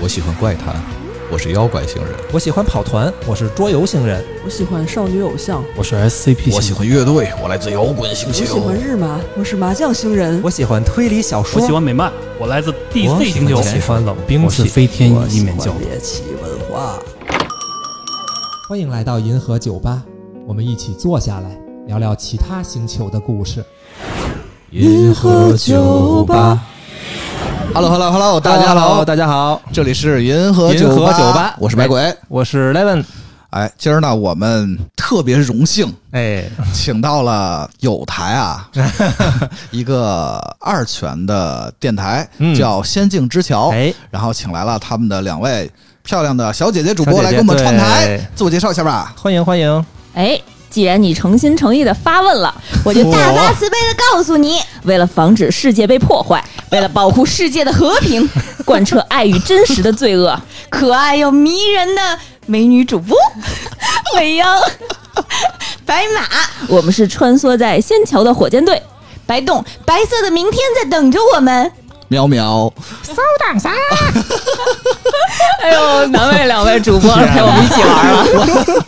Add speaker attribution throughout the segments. Speaker 1: 我喜欢怪谈，我是妖怪星人，
Speaker 2: 我喜欢跑团，我是桌游星人，
Speaker 3: 我喜欢少女偶像，
Speaker 4: 我是 SCP，
Speaker 1: 我喜欢乐队，我来自摇滚星
Speaker 3: 我
Speaker 5: 哎
Speaker 1: 球
Speaker 3: 喜，欢日麻，我是麻将星人，
Speaker 2: 我喜欢推理小说，
Speaker 6: 我喜欢美漫，我来自 DC 星球
Speaker 2: 我。喜欢冷兵
Speaker 4: 我是
Speaker 2: 器。
Speaker 4: 飞天
Speaker 3: 我
Speaker 4: 一
Speaker 3: 喜
Speaker 4: 面教
Speaker 3: 欢。猎奇文化。
Speaker 2: 欢迎来到银河酒吧，我们一起坐下来聊聊其他星球的故事。
Speaker 3: 银河酒吧。
Speaker 1: Hello Hello Hello，大家好，
Speaker 4: 大家好，
Speaker 1: 这里是银河
Speaker 4: 银
Speaker 1: 酒
Speaker 4: 河
Speaker 1: 吧，
Speaker 4: 酒吧
Speaker 1: 我是白鬼。
Speaker 4: 我是 Levin。
Speaker 1: 哎，今儿呢，我们特别荣幸
Speaker 4: 哎，
Speaker 1: 请到了有台 啊，一个二泉的电台
Speaker 4: 嗯
Speaker 1: 叫《仙境之桥》，
Speaker 4: 哎，
Speaker 1: 然后请来了他们的两位漂亮的小姐姐主
Speaker 4: 小
Speaker 1: 播
Speaker 4: 姐
Speaker 1: 来
Speaker 4: 姐
Speaker 1: 给我们
Speaker 4: 对
Speaker 1: 串台，自我介绍一下吧。
Speaker 4: 欢迎欢迎。
Speaker 5: 哎，既然你诚心诚意的发问了， 我就大发慈悲的告诉你，为了防止世界被破 坏，为了保护世界的和 平，贯彻爱与真实的罪恶，可爱又迷人的美女主 播未 央白马，我们是穿梭在仙桥的火箭队。白洞，白色的明天在等着我们。
Speaker 1: 喵喵，
Speaker 5: 哎呦，难为两位主播了，陪我们一起玩了。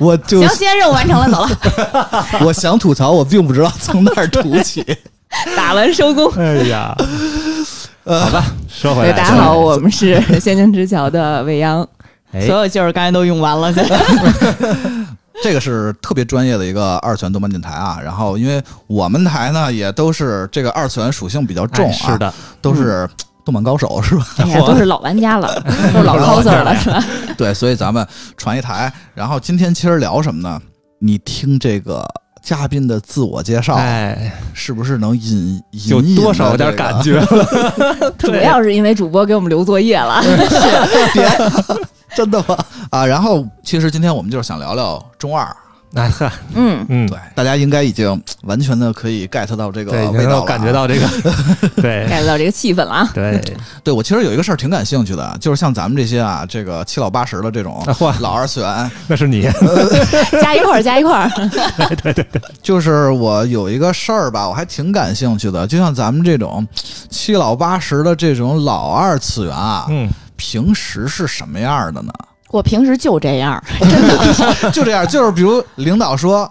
Speaker 1: 我就
Speaker 5: 行，今天任务完成了，走了，
Speaker 1: 我想吐槽，我并不知道从哪儿吐起。
Speaker 5: 打完收工。
Speaker 4: 哎呀， 好吧，说回
Speaker 5: 对，
Speaker 4: 来，
Speaker 5: 大家好，我们是 仙境之桥的未央，
Speaker 4: 哎
Speaker 5: 所有劲儿刚才都用完了，现在
Speaker 1: 这个是特别专业的一个二次元动漫电台啊。然后，因为我们台呢也都是这个二次元属性比较重
Speaker 4: 哎
Speaker 1: 啊，
Speaker 4: 是，的，嗯
Speaker 1: 都是动漫高手是吧？
Speaker 5: 哎呀，都是老玩家了，都是老 coser 了，是吧？
Speaker 1: 对，所以咱们传一台。然后今天其实聊什么呢？你听这个嘉宾的自我介绍，
Speaker 4: 哎，
Speaker 1: 是不是能引引
Speaker 4: 有多少有点感？觉了？
Speaker 5: 主要是因为主播给我们留作业了，
Speaker 1: 别， 真的吗？啊，然后其实今天我们就是想聊聊中二。
Speaker 4: 哎哈，
Speaker 5: 嗯，
Speaker 4: 嗯，
Speaker 1: 对，大家应该已经完全的可以 get 到这个
Speaker 4: 对，
Speaker 1: 味
Speaker 4: 能
Speaker 1: 道了
Speaker 4: 够
Speaker 1: 啊
Speaker 4: 感觉到这个，对
Speaker 5: get 到这个气氛了啊，
Speaker 4: 对，
Speaker 1: 对我其实有一个事儿挺感兴趣的，就是像咱们这些啊，这个七老八十的这种
Speaker 4: 啊嚯
Speaker 1: 老二次元，
Speaker 4: 那是你，
Speaker 5: 加一块儿，加一块儿，
Speaker 1: 就是我有一个事儿吧，我还挺感兴趣的。就像咱们这种七老八十的这种老二次元啊，
Speaker 4: 嗯，
Speaker 1: 平时是什么样的呢？
Speaker 5: 我平时就这 样，
Speaker 1: 就这样，就是比如领导说。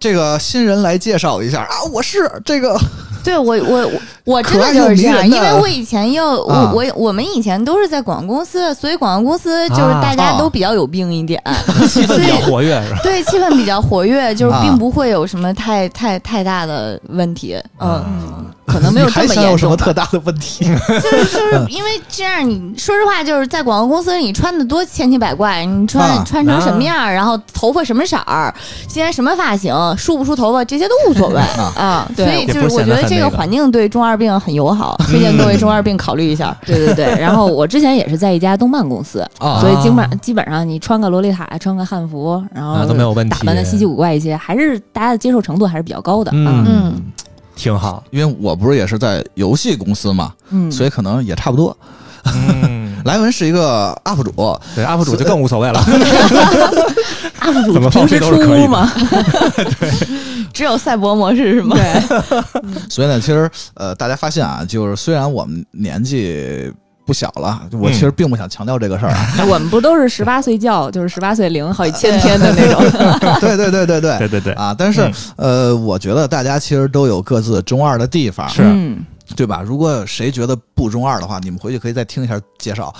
Speaker 1: 这个新人来介绍一下啊，我是这个
Speaker 7: 对我我我我真
Speaker 1: 可爱
Speaker 7: 的就
Speaker 1: 又
Speaker 7: 是
Speaker 1: 迷
Speaker 7: 这样，
Speaker 1: 人的
Speaker 7: 因为我以前又我、
Speaker 1: 啊
Speaker 7: 我我们以前都是在广告公司，所以广告公司就是
Speaker 4: 啊
Speaker 7: 大家
Speaker 1: 哦
Speaker 7: 都比较有病一点，
Speaker 4: 气氛比较活跃是吧？
Speaker 7: 对气氛比较活跃，就是
Speaker 1: 啊
Speaker 7: 并不会有什么太太太大的问题，嗯，可能没
Speaker 1: 你
Speaker 7: 有
Speaker 1: 还
Speaker 7: 这么
Speaker 1: 想有
Speaker 7: 严
Speaker 1: 什么
Speaker 7: 重
Speaker 1: 特
Speaker 7: 吧。
Speaker 1: 大的问题？
Speaker 7: 就是就
Speaker 4: 嗯
Speaker 7: 是因为这样，你说实话，就是在广告公司你穿的多千奇百怪，你穿、
Speaker 1: 啊
Speaker 7: 穿成什么样儿，然后头发什么色儿，今天什么发型，梳不梳头发，这些都无所谓
Speaker 1: 啊
Speaker 7: 啊
Speaker 5: 对
Speaker 7: 所以就是我觉
Speaker 4: 也
Speaker 7: 得
Speaker 4: 不是显得很
Speaker 7: 这
Speaker 4: 那
Speaker 7: 个
Speaker 4: 个
Speaker 7: 环境对中二病很友好，推 荐各位中二病考虑一下。
Speaker 5: 对对对。然后我之前也是在一家动漫公司，
Speaker 4: 哦
Speaker 1: 啊
Speaker 5: 所以基本基本上你穿个洛丽塔，穿个汉服，然后
Speaker 4: 啊都没有问题
Speaker 5: 打扮的稀奇古怪一些，还是大家的接受程度还是比较高的啊。
Speaker 4: 嗯，挺好，
Speaker 1: 因为我不是也是在游戏公司嘛，
Speaker 5: 嗯，
Speaker 1: 所以可能也差不多。
Speaker 4: 嗯，
Speaker 1: 莱文是一个 UP 主，
Speaker 4: 对，UP 主就更无所谓了，
Speaker 5: UP
Speaker 4: 怎么
Speaker 5: 主
Speaker 4: 放
Speaker 5: 平
Speaker 4: 谁
Speaker 5: 时
Speaker 4: 都
Speaker 5: 出
Speaker 4: 是可以
Speaker 5: 屋
Speaker 4: 的
Speaker 5: 嘛，
Speaker 7: 只有赛博模式是吗？
Speaker 5: 对，
Speaker 1: 所以呢，其实呃，大家发现啊，就是虽然我们年纪不小了，我
Speaker 4: 嗯
Speaker 1: 其实并不想强调这个事儿啊。
Speaker 5: 我们不都是十八岁教，就是十八岁零好几千天的 那种。
Speaker 1: 对对对对
Speaker 4: 嗯对
Speaker 1: 对。
Speaker 4: 对对，
Speaker 1: 啊，但是、呃，我觉得大家其实都有各自中二的地方，
Speaker 4: 是
Speaker 5: 嗯，
Speaker 1: 对吧？如果谁觉得不中二的话，你们回去可以再听一下介绍。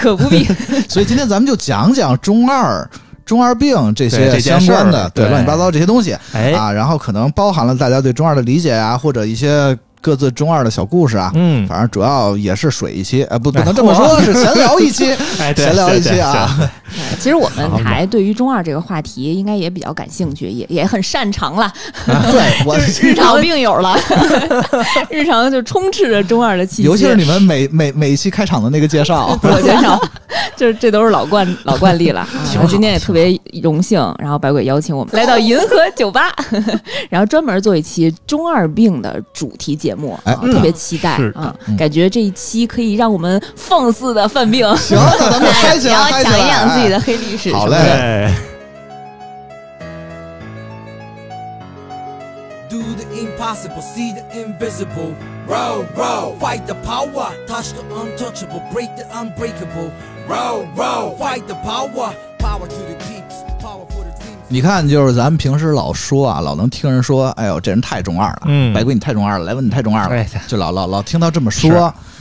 Speaker 5: 可不必。
Speaker 1: 所以今天咱们就讲讲中二、中二病这
Speaker 4: 对
Speaker 1: 些
Speaker 4: 这件
Speaker 1: 相关
Speaker 4: 事
Speaker 1: 的
Speaker 4: 儿，对
Speaker 1: 乱七八糟这些东西、
Speaker 4: 哎，
Speaker 1: 啊，然后可能包含了大家对中二的理解啊，或者一些各自中二的小故事啊。
Speaker 4: 嗯，
Speaker 1: 反正主要也是水一期，呃，不不
Speaker 4: 哎
Speaker 1: 能这么说，是闲聊一期，
Speaker 4: 哎，对，
Speaker 1: 闲聊一
Speaker 4: 是
Speaker 1: 期，啊
Speaker 4: 是。
Speaker 5: 其实我们台对于中二这个话题应该也比较感兴趣，也也很擅 长了，
Speaker 1: 对我，
Speaker 5: 日常病友 了，日常就充斥着中二的气息。，
Speaker 1: 尤其是你啊们每每每一期开场的那个 介绍
Speaker 5: 自我介绍，就是这都是老惯老 惯例了。啊然后今天也特别荣幸，然后百鬼邀请我们来到银河酒吧， 然后专门做一期中二病的主题节目，
Speaker 1: 哎
Speaker 5: 啊
Speaker 1: 嗯
Speaker 5: 特别期待
Speaker 4: 是
Speaker 5: 啊
Speaker 1: 嗯！
Speaker 5: 感觉这一期可以让我们放肆的犯病。
Speaker 1: 行，那咱们嗨起
Speaker 7: 然
Speaker 1: 来，
Speaker 7: 后
Speaker 1: 嗨起
Speaker 7: 讲一
Speaker 1: 来，
Speaker 7: 讲自己
Speaker 1: 哎
Speaker 7: 的黑历史。
Speaker 1: 好
Speaker 4: 对
Speaker 1: 嘞。
Speaker 4: 对，
Speaker 8: Do the impossible, see the invisible. Row, row, fight the power. Touch the untouchable, break the unbreakable. Row, row, fight the power. Power to the peeps, power for the dreams.
Speaker 1: 你看，就是咱们平时老说啊，老能听人说，哎呦，这人太中二了，
Speaker 9: 嗯
Speaker 1: 白鬼你太中二了，来问你太中二了，
Speaker 9: 哎
Speaker 1: 就老老老听到这么说。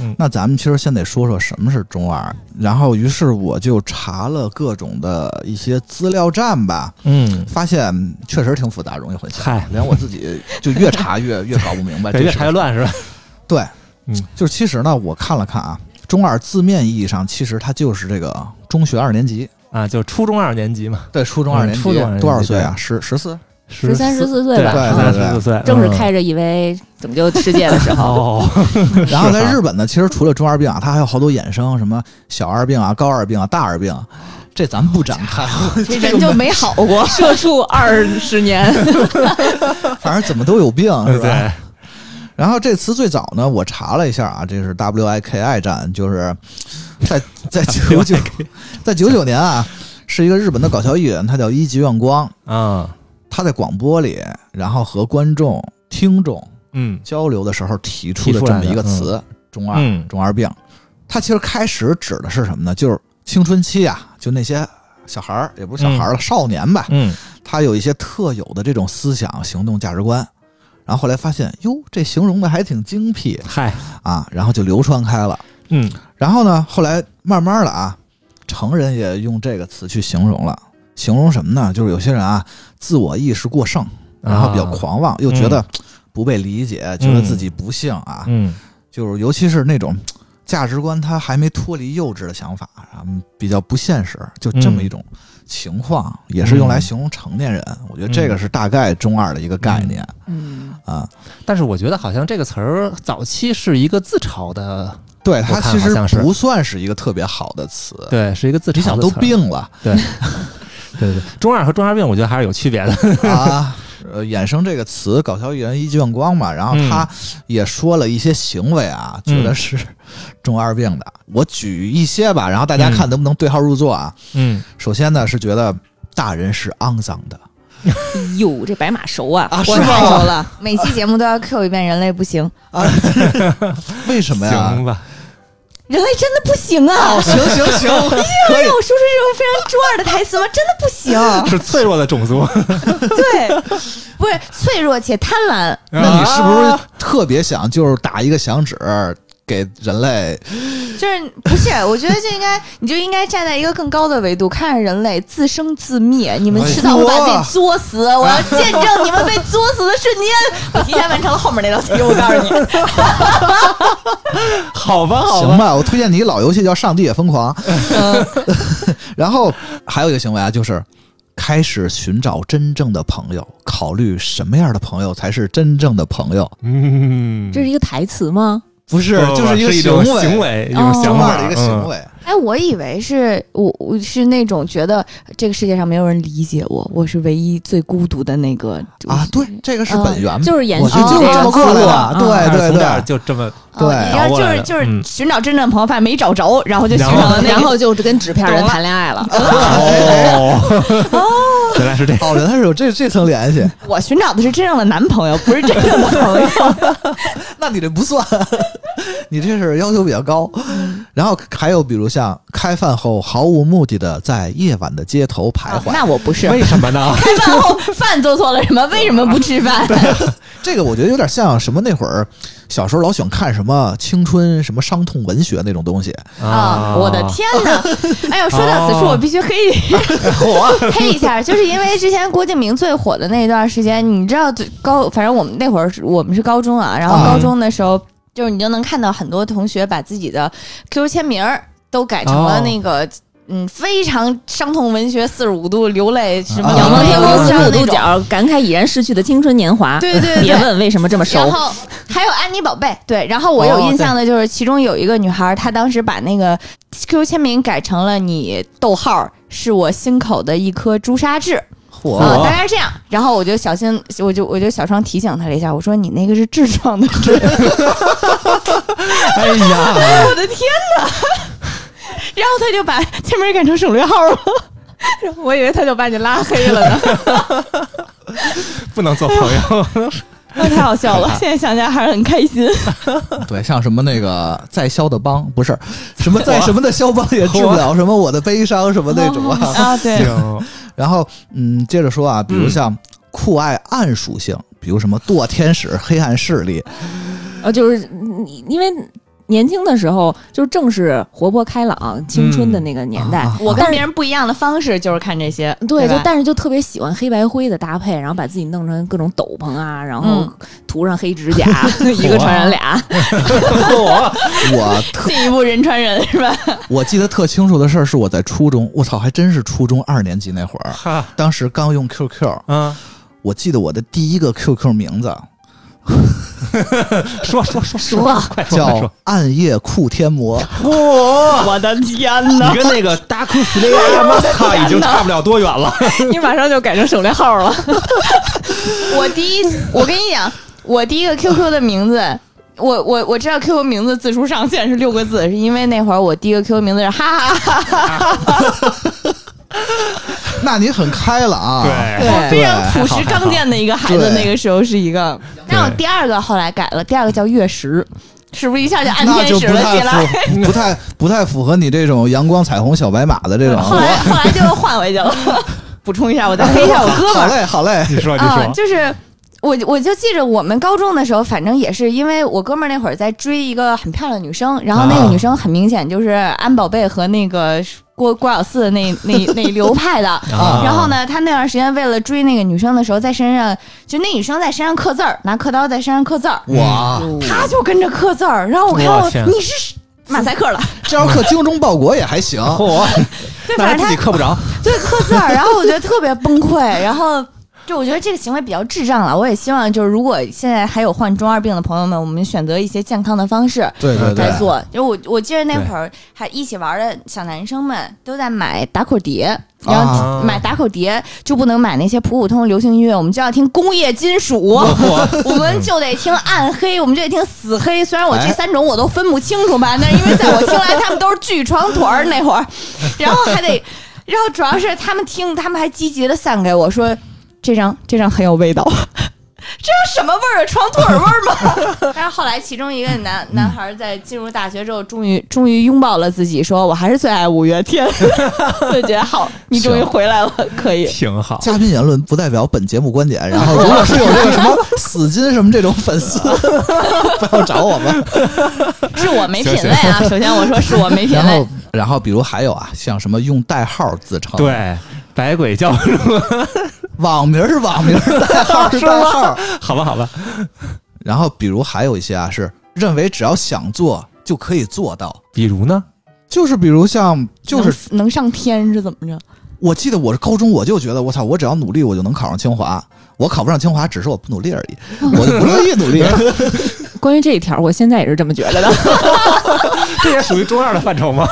Speaker 4: 嗯
Speaker 1: 那咱们其实先得说说什么是中二，然后于是我就查了各种的一些资料站吧，
Speaker 9: 嗯，
Speaker 1: 发现确实挺复杂，容易混淆。
Speaker 9: 嗨
Speaker 1: 连我自己就越查 越越搞不明白，
Speaker 9: 对，
Speaker 1: 这
Speaker 9: 越
Speaker 1: 是
Speaker 9: 查越。乱是吧？
Speaker 1: 对，
Speaker 9: 嗯，
Speaker 1: 就是其实呢，我看了看啊，中二字面意义上其实它就是这个中学二年级，
Speaker 9: 啊，就初中二年级嘛，
Speaker 1: 对，初中二
Speaker 9: 嗯
Speaker 1: 年级，
Speaker 9: 初中二年级
Speaker 1: 多少岁
Speaker 9: 对
Speaker 1: 啊？十 十四。
Speaker 2: 十三十四岁吧，
Speaker 1: 对
Speaker 9: 十
Speaker 1: 对
Speaker 9: 三
Speaker 2: 嗯
Speaker 1: 对
Speaker 9: 十四岁，
Speaker 2: 正是开着 EV 拯救世界的时候，
Speaker 9: 哦，
Speaker 1: 然后在
Speaker 9: 是啊
Speaker 1: 日本呢，其实除了中二病啊，它还有好多衍生，什么小二病啊、高二病啊、大二病啊，这咱不展开。
Speaker 5: 这人就没好过。
Speaker 2: 社畜二十年，
Speaker 1: 反正怎么都 有病，是吧？
Speaker 9: 对，
Speaker 1: 然后这词最早呢，我查了一下啊，这是 W I K I 站，就是在在九九 在九九年啊，是一个日本的搞笑艺人，他叫一级院光，
Speaker 9: 嗯
Speaker 1: 他在广播里，然后和观众、听众
Speaker 9: 嗯
Speaker 1: 交流的时候提出
Speaker 9: 提
Speaker 1: 的
Speaker 9: 出
Speaker 1: 这
Speaker 9: 来
Speaker 1: 么
Speaker 9: 的
Speaker 1: 一个词“中二”
Speaker 9: 嗯
Speaker 1: 中二病。它其实开始指的是什么呢？就是青春期啊，就那些小孩儿，也不是小孩儿了，少年吧，
Speaker 9: 嗯，
Speaker 1: 他有一些特有的这种思想、行动、价值观。然后后来发现，哟，这形容的还挺精辟
Speaker 9: 嗨，
Speaker 1: 啊，然后就流传开了。
Speaker 9: 嗯
Speaker 1: 然后呢，后来慢慢的啊，成人也用这个词去形容了。形容什么呢？就是有些人啊，自我意识过剩，然后比较
Speaker 9: 啊
Speaker 1: 狂妄，又觉得不被理解，觉得自己不幸啊，
Speaker 9: 嗯
Speaker 1: 就是尤其是那种价值观他还没脱离幼稚的想法，啊，比较不现实，就这
Speaker 9: 嗯
Speaker 1: 么一种情况，也是用来形容成年人。我
Speaker 9: 嗯
Speaker 1: 觉得这个是大概中二的一个概念、
Speaker 5: 嗯，
Speaker 1: 啊。
Speaker 9: 但是我觉得好像这个词儿早期是一个自嘲的，
Speaker 1: 对，
Speaker 9: 我
Speaker 1: 它
Speaker 9: 看
Speaker 1: 其实
Speaker 9: 好像是
Speaker 1: 不算是一个特别好的词。
Speaker 9: 对，是一个自嘲的
Speaker 1: 你
Speaker 9: 词儿。
Speaker 1: 想都病 了
Speaker 9: 对，对对对，中二和中二病我觉得还是有区别的。
Speaker 1: 啊，呃，衍生这个词，搞笑艺人一卷光嘛，然后他也说了一些行为啊，
Speaker 9: 嗯
Speaker 1: 觉得是中二病的。我举一些吧，然后大家看能不能对号入座啊。
Speaker 9: 嗯，
Speaker 1: 首先呢，是觉得大人是肮脏的，
Speaker 2: 哟，哎这白马熟啊，
Speaker 1: 啊
Speaker 2: 我
Speaker 1: 是吗
Speaker 2: 太熟了。
Speaker 5: 每期节目都要 Q 一遍，人类不行，
Speaker 1: 为什么呀
Speaker 9: 行？吧，
Speaker 2: 人类真的不行啊！
Speaker 1: 哦
Speaker 2: 哎
Speaker 1: 行 行行，可以
Speaker 2: 让我说出这种非常中二的台词吗？真的不行。
Speaker 1: 啊
Speaker 9: 是脆弱的种族。
Speaker 2: 对，
Speaker 5: 不是脆弱且贪婪。
Speaker 1: 那你是
Speaker 9: 啊
Speaker 1: 不是特别想就是打一个响指给人类？
Speaker 5: 就是不是？我觉得就应该，你就应该站在一个更高的维度，看着人类自生自灭。你们迟早会把自己作 死，我要见证你们被作死的瞬间。我提前完成了后面那道题，我告诉你，
Speaker 9: 好吧，好吧，
Speaker 1: 行吧，我推荐你一老游戏叫《上帝也疯狂》
Speaker 9: 嗯
Speaker 1: 然后还有一个行为啊，就是开始寻找真正的朋友，考虑什么样的朋友才是真正的朋友。
Speaker 9: 嗯，
Speaker 2: 这是一个台词吗？
Speaker 1: 不是
Speaker 9: 不
Speaker 1: 就是
Speaker 9: 一
Speaker 1: 个行
Speaker 9: 种
Speaker 1: 为，
Speaker 9: 行为，一种
Speaker 2: 哦
Speaker 1: 中
Speaker 9: 想
Speaker 1: 二
Speaker 9: 法嗯
Speaker 1: 的一个行。为。
Speaker 5: 哎，我以为是我，我是那种觉得这个世界上没有人理解我，我是唯一最孤独的那个
Speaker 1: 啊，对，这个是本
Speaker 9: 嗯
Speaker 1: 源
Speaker 9: 啊
Speaker 1: 嘛，
Speaker 2: 就是延
Speaker 1: 我
Speaker 2: 续
Speaker 1: 觉得就是
Speaker 2: 这
Speaker 1: 这么
Speaker 2: 个
Speaker 1: 过来
Speaker 2: 思路
Speaker 1: 的
Speaker 2: 啊，
Speaker 1: 对
Speaker 9: 但是
Speaker 1: 对
Speaker 9: 从这儿
Speaker 1: 对，
Speaker 9: 就这么
Speaker 5: 哦
Speaker 1: 对
Speaker 5: 然后就是
Speaker 9: 嗯
Speaker 5: 就是寻找真正的朋友，发现没找着，然后就寻找了那个
Speaker 2: 然后就跟纸片人谈恋爱了。
Speaker 9: 嗯哦，原来是这样。
Speaker 1: 哦，原来是有这这层联系，
Speaker 5: 我寻找的是真正的男朋友，不是真 正的朋友。
Speaker 1: 那你这不算， 你这是要求比较高。
Speaker 2: 嗯
Speaker 1: 然后还有比如像开饭后毫无目的的在夜晚的街头徘徊，
Speaker 2: 啊那我不是
Speaker 9: 为什么呢？
Speaker 2: 开饭后饭做错了什么？为什么不吃饭？
Speaker 1: 这个我觉得有点像什么那会儿小时候老喜欢看什么青春什么伤痛文学那种东西，
Speaker 2: 啊！我的天哪！
Speaker 5: 哎呦，说到此处，我必须黑黑一下，就是因为之前郭敬明最火的那一段时间，你知道最高，反正我们那会儿是我们是高中啊，然后
Speaker 1: 啊
Speaker 5: 高中的时候，就是你就能看到很多同学把自己的 QQ 签名儿都改成了
Speaker 9: 哦
Speaker 5: 那个。嗯，非常伤痛文学，四十五度流泪，什么
Speaker 1: 啊
Speaker 2: 仰望天空，四
Speaker 5: 上
Speaker 2: 十
Speaker 5: 的
Speaker 2: 五
Speaker 5: 那
Speaker 2: 度
Speaker 5: 种，
Speaker 2: 角，感慨已然逝去的青春年华。
Speaker 5: 对对对，
Speaker 2: 别嗯问为什么
Speaker 3: 啊
Speaker 2: 这么熟
Speaker 5: 然。后还有安妮宝贝，对。然后我有印象的就是，其中有一个女孩，她当时把那个 QQ 签名改成了“你逗号是我心口的一颗朱砂痣”，
Speaker 1: 嚯
Speaker 5: 啊、大概是这样。然后我就小心，我就我就小声提醒她了一下，我说：“你那个是痔疮的痣。
Speaker 9: 哎 呀，
Speaker 5: 我的天哪！然后她就把签名改成省略号了。 然后我以为她就把你拉黑了呢。
Speaker 9: 不能做朋友。
Speaker 5: 哦
Speaker 2: 啊太好笑了，现在想起来还是很开心。
Speaker 1: 对，像什么那个在肖的帮，不 是什么在什么的肖邦也治不了什么我的悲伤什么那种 啊。
Speaker 2: 啊，对，
Speaker 6: 行，
Speaker 1: 然后，嗯，接着说啊，比如像酷爱暗属性，比如什么堕天使、黑暗势力，
Speaker 2: 呃，就是你因为。年轻的时候就是正是活泼开朗、青春的那个年代，
Speaker 5: 我
Speaker 2: 但
Speaker 5: 跟
Speaker 2: 是
Speaker 5: 别人不一样的方式就是看这些，
Speaker 2: 对，就
Speaker 5: 吧
Speaker 2: 但是就特别喜欢黑白灰的搭配，然后把自己弄成各种斗篷啊，然后
Speaker 5: 嗯
Speaker 2: 涂上黑指甲， 一个传染俩，
Speaker 1: 我
Speaker 5: 进一步人传人是吧？
Speaker 1: 我记得特清楚的事儿是我在初中，我操，还真是初中二年级那会儿，
Speaker 4: 哈，
Speaker 1: 当时刚用 QQ，
Speaker 4: 嗯，
Speaker 1: 我记得我的第一个 QQ 名字
Speaker 4: 说说说
Speaker 2: 说，
Speaker 4: 快说快
Speaker 1: 叫
Speaker 4: 说，
Speaker 1: 暗夜酷天魔，
Speaker 2: 我的天
Speaker 4: 你！跟那个达库斯雷 亚马斯卡啊已经差不了多远了。
Speaker 2: 你马上就改成省略号了，
Speaker 5: 我第一，我跟你讲，我第一个 QQ 的名字。我我我知道 QQ 名字字数上限是六个字，是因为那会儿我第一个 QQ 名字是哈哈哈，
Speaker 1: 那你很开朗啊，
Speaker 4: 对，
Speaker 5: 我非常朴
Speaker 1: 还
Speaker 5: 实
Speaker 1: 好
Speaker 5: 刚健的一个孩子，
Speaker 1: 对
Speaker 5: 那个时候是一个。但我第二个后来改了，第二个叫月食，是不是一下就按
Speaker 1: 那
Speaker 5: 天
Speaker 1: 就
Speaker 5: 使
Speaker 1: 不
Speaker 5: 了起
Speaker 1: 太
Speaker 5: 来？
Speaker 1: 符，不太不太符合你这种阳光、彩虹、小白马的这 种。
Speaker 5: 后来后来就换回去了。 补充一下，我再
Speaker 2: 哎
Speaker 5: 黑一下我哥们
Speaker 1: 好
Speaker 5: 儿。
Speaker 1: 嘞，好嘞，
Speaker 4: 你说你
Speaker 5: 啊，
Speaker 4: 说，
Speaker 5: 就是我我就记着我们高中的时候，反正也是因为我哥们儿那会儿在追一个很漂亮的女生，然后那
Speaker 4: 啊
Speaker 5: 个女生很明显就是安保贝和那个。郭郭小四那那那流 派的，
Speaker 4: 啊
Speaker 5: 然后呢，他那段时间为了追那个女生的时候，在身上就那女生在身上刻字儿，拿刻刀在身上刻字儿，
Speaker 4: 嗯
Speaker 1: 哇，
Speaker 5: 他就跟着刻字儿。然后我看
Speaker 4: 哦我
Speaker 5: 我
Speaker 4: 天
Speaker 5: 你是马赛克了，
Speaker 1: 这要克精忠报国也还行。
Speaker 4: 嚯，
Speaker 5: 对，
Speaker 4: 那
Speaker 5: 反
Speaker 4: 还
Speaker 5: 正
Speaker 4: 自
Speaker 5: 他
Speaker 4: 己磕不着，
Speaker 5: 对刻字儿，然后我觉得特别崩溃，然后就我觉得这个行为比较智障了。我也希望就是如果现在还有患中二病的朋友们，我们选择一些健康的方式
Speaker 1: 对对对
Speaker 5: 来，做。就我我记得那会儿还一起玩的小男生们都在买打口碟。然后买打口碟就不能买那些普普通通流行音乐，我们就要听工业金属，我们就得听暗黑，我们就得听死黑。虽然我这三种我都分不清楚吧，但是因为在我听来他们都是锯床腿儿那会儿，然后还得，然后主要是他们听，他们还积极的散给我说这张这张很有味道。 这是什么味儿啊？床腿儿味儿吗？ 但是后来，其中一个男男孩在进入大学之后，终于终于拥抱了自己，说：“我还是最爱五月天。” 就觉得 好，你终于回来了，可以。
Speaker 4: 挺好。
Speaker 1: 嘉宾言论不代表本节目观点。然后，如果是有这个什么死金什么这种粉丝，不要找我们。
Speaker 5: 是我没品位啊！首先我说是我没品
Speaker 1: 然
Speaker 5: 位
Speaker 1: 后，，然后比如还有啊，像什么用代号自称，，
Speaker 4: 对，百鬼教主，
Speaker 1: 网名是网名，代号是代号。
Speaker 4: 好吧好吧，
Speaker 1: 然后，比如还有一些啊，是认为只要想做就可以做到，
Speaker 4: 比如呢？
Speaker 1: 就是比如像，就是
Speaker 5: 能能上天是怎么着？
Speaker 1: 我记得我是高中，我就觉得我操，我只要努力，我就能考上清华。我考不上清华，只是我不努力而已，我就不乐意努力。
Speaker 2: 关于这一条，我现在也是这么觉得的，
Speaker 4: 这也属于中二的范畴吗？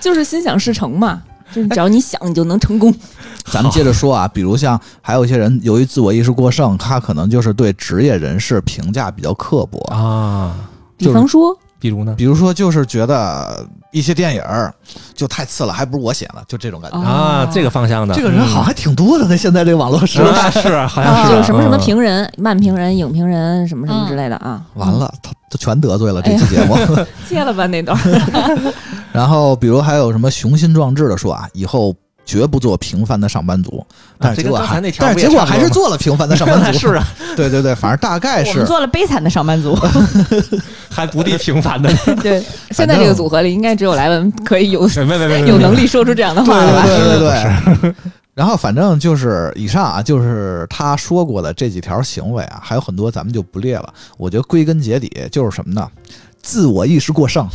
Speaker 2: 就是心想事成嘛，就是只要你想，你就能成功。
Speaker 1: 咱们接着说啊，比如像还有一些人，由于自我意识过剩，他可能就是对职业人士评价比较刻薄。
Speaker 4: 啊，
Speaker 2: 比方说，
Speaker 4: 比如呢？
Speaker 1: 比如说，就是觉得呃一些电影儿就太次了，还不如我写的，就这种感觉。
Speaker 4: 啊，这个方向
Speaker 1: 哦
Speaker 4: 的，嗯
Speaker 1: 这个人好像还挺多的呢，现在这网络时 代。
Speaker 4: 啊是好像是
Speaker 2: 就是什么什么
Speaker 4: 嗯
Speaker 2: 评人、漫评人、影评人什么什么之类的啊，
Speaker 1: 完了，他他全得罪了这期 节目。
Speaker 2: 切了吧那段。
Speaker 1: 然后，比如还有什么雄心壮志的说啊，以后绝不做平凡的上班族。但是结
Speaker 4: 啊这跟
Speaker 1: 果
Speaker 4: 刚
Speaker 1: 还，
Speaker 4: 才那条
Speaker 1: 但
Speaker 4: 不
Speaker 1: 是
Speaker 4: 也
Speaker 1: 结果
Speaker 4: 差不
Speaker 1: 还
Speaker 4: 多
Speaker 1: 是
Speaker 4: 吗
Speaker 1: 做了平凡的上班族。
Speaker 4: 是啊，
Speaker 1: 对对对，反正大概
Speaker 5: 我们
Speaker 1: 是
Speaker 5: 做了悲惨的上班族。
Speaker 4: 还不地平凡的，
Speaker 2: 对，现在这个组合里应该只有莱文可以有
Speaker 4: 没没没没
Speaker 2: 有能力说出这 样的话了吧？
Speaker 1: 对对对对。 然后反正就是以上啊，就是他说过的这几条行为啊，还有很多咱们就不列了。我觉得归根结底就是什么呢？自我意识过剩，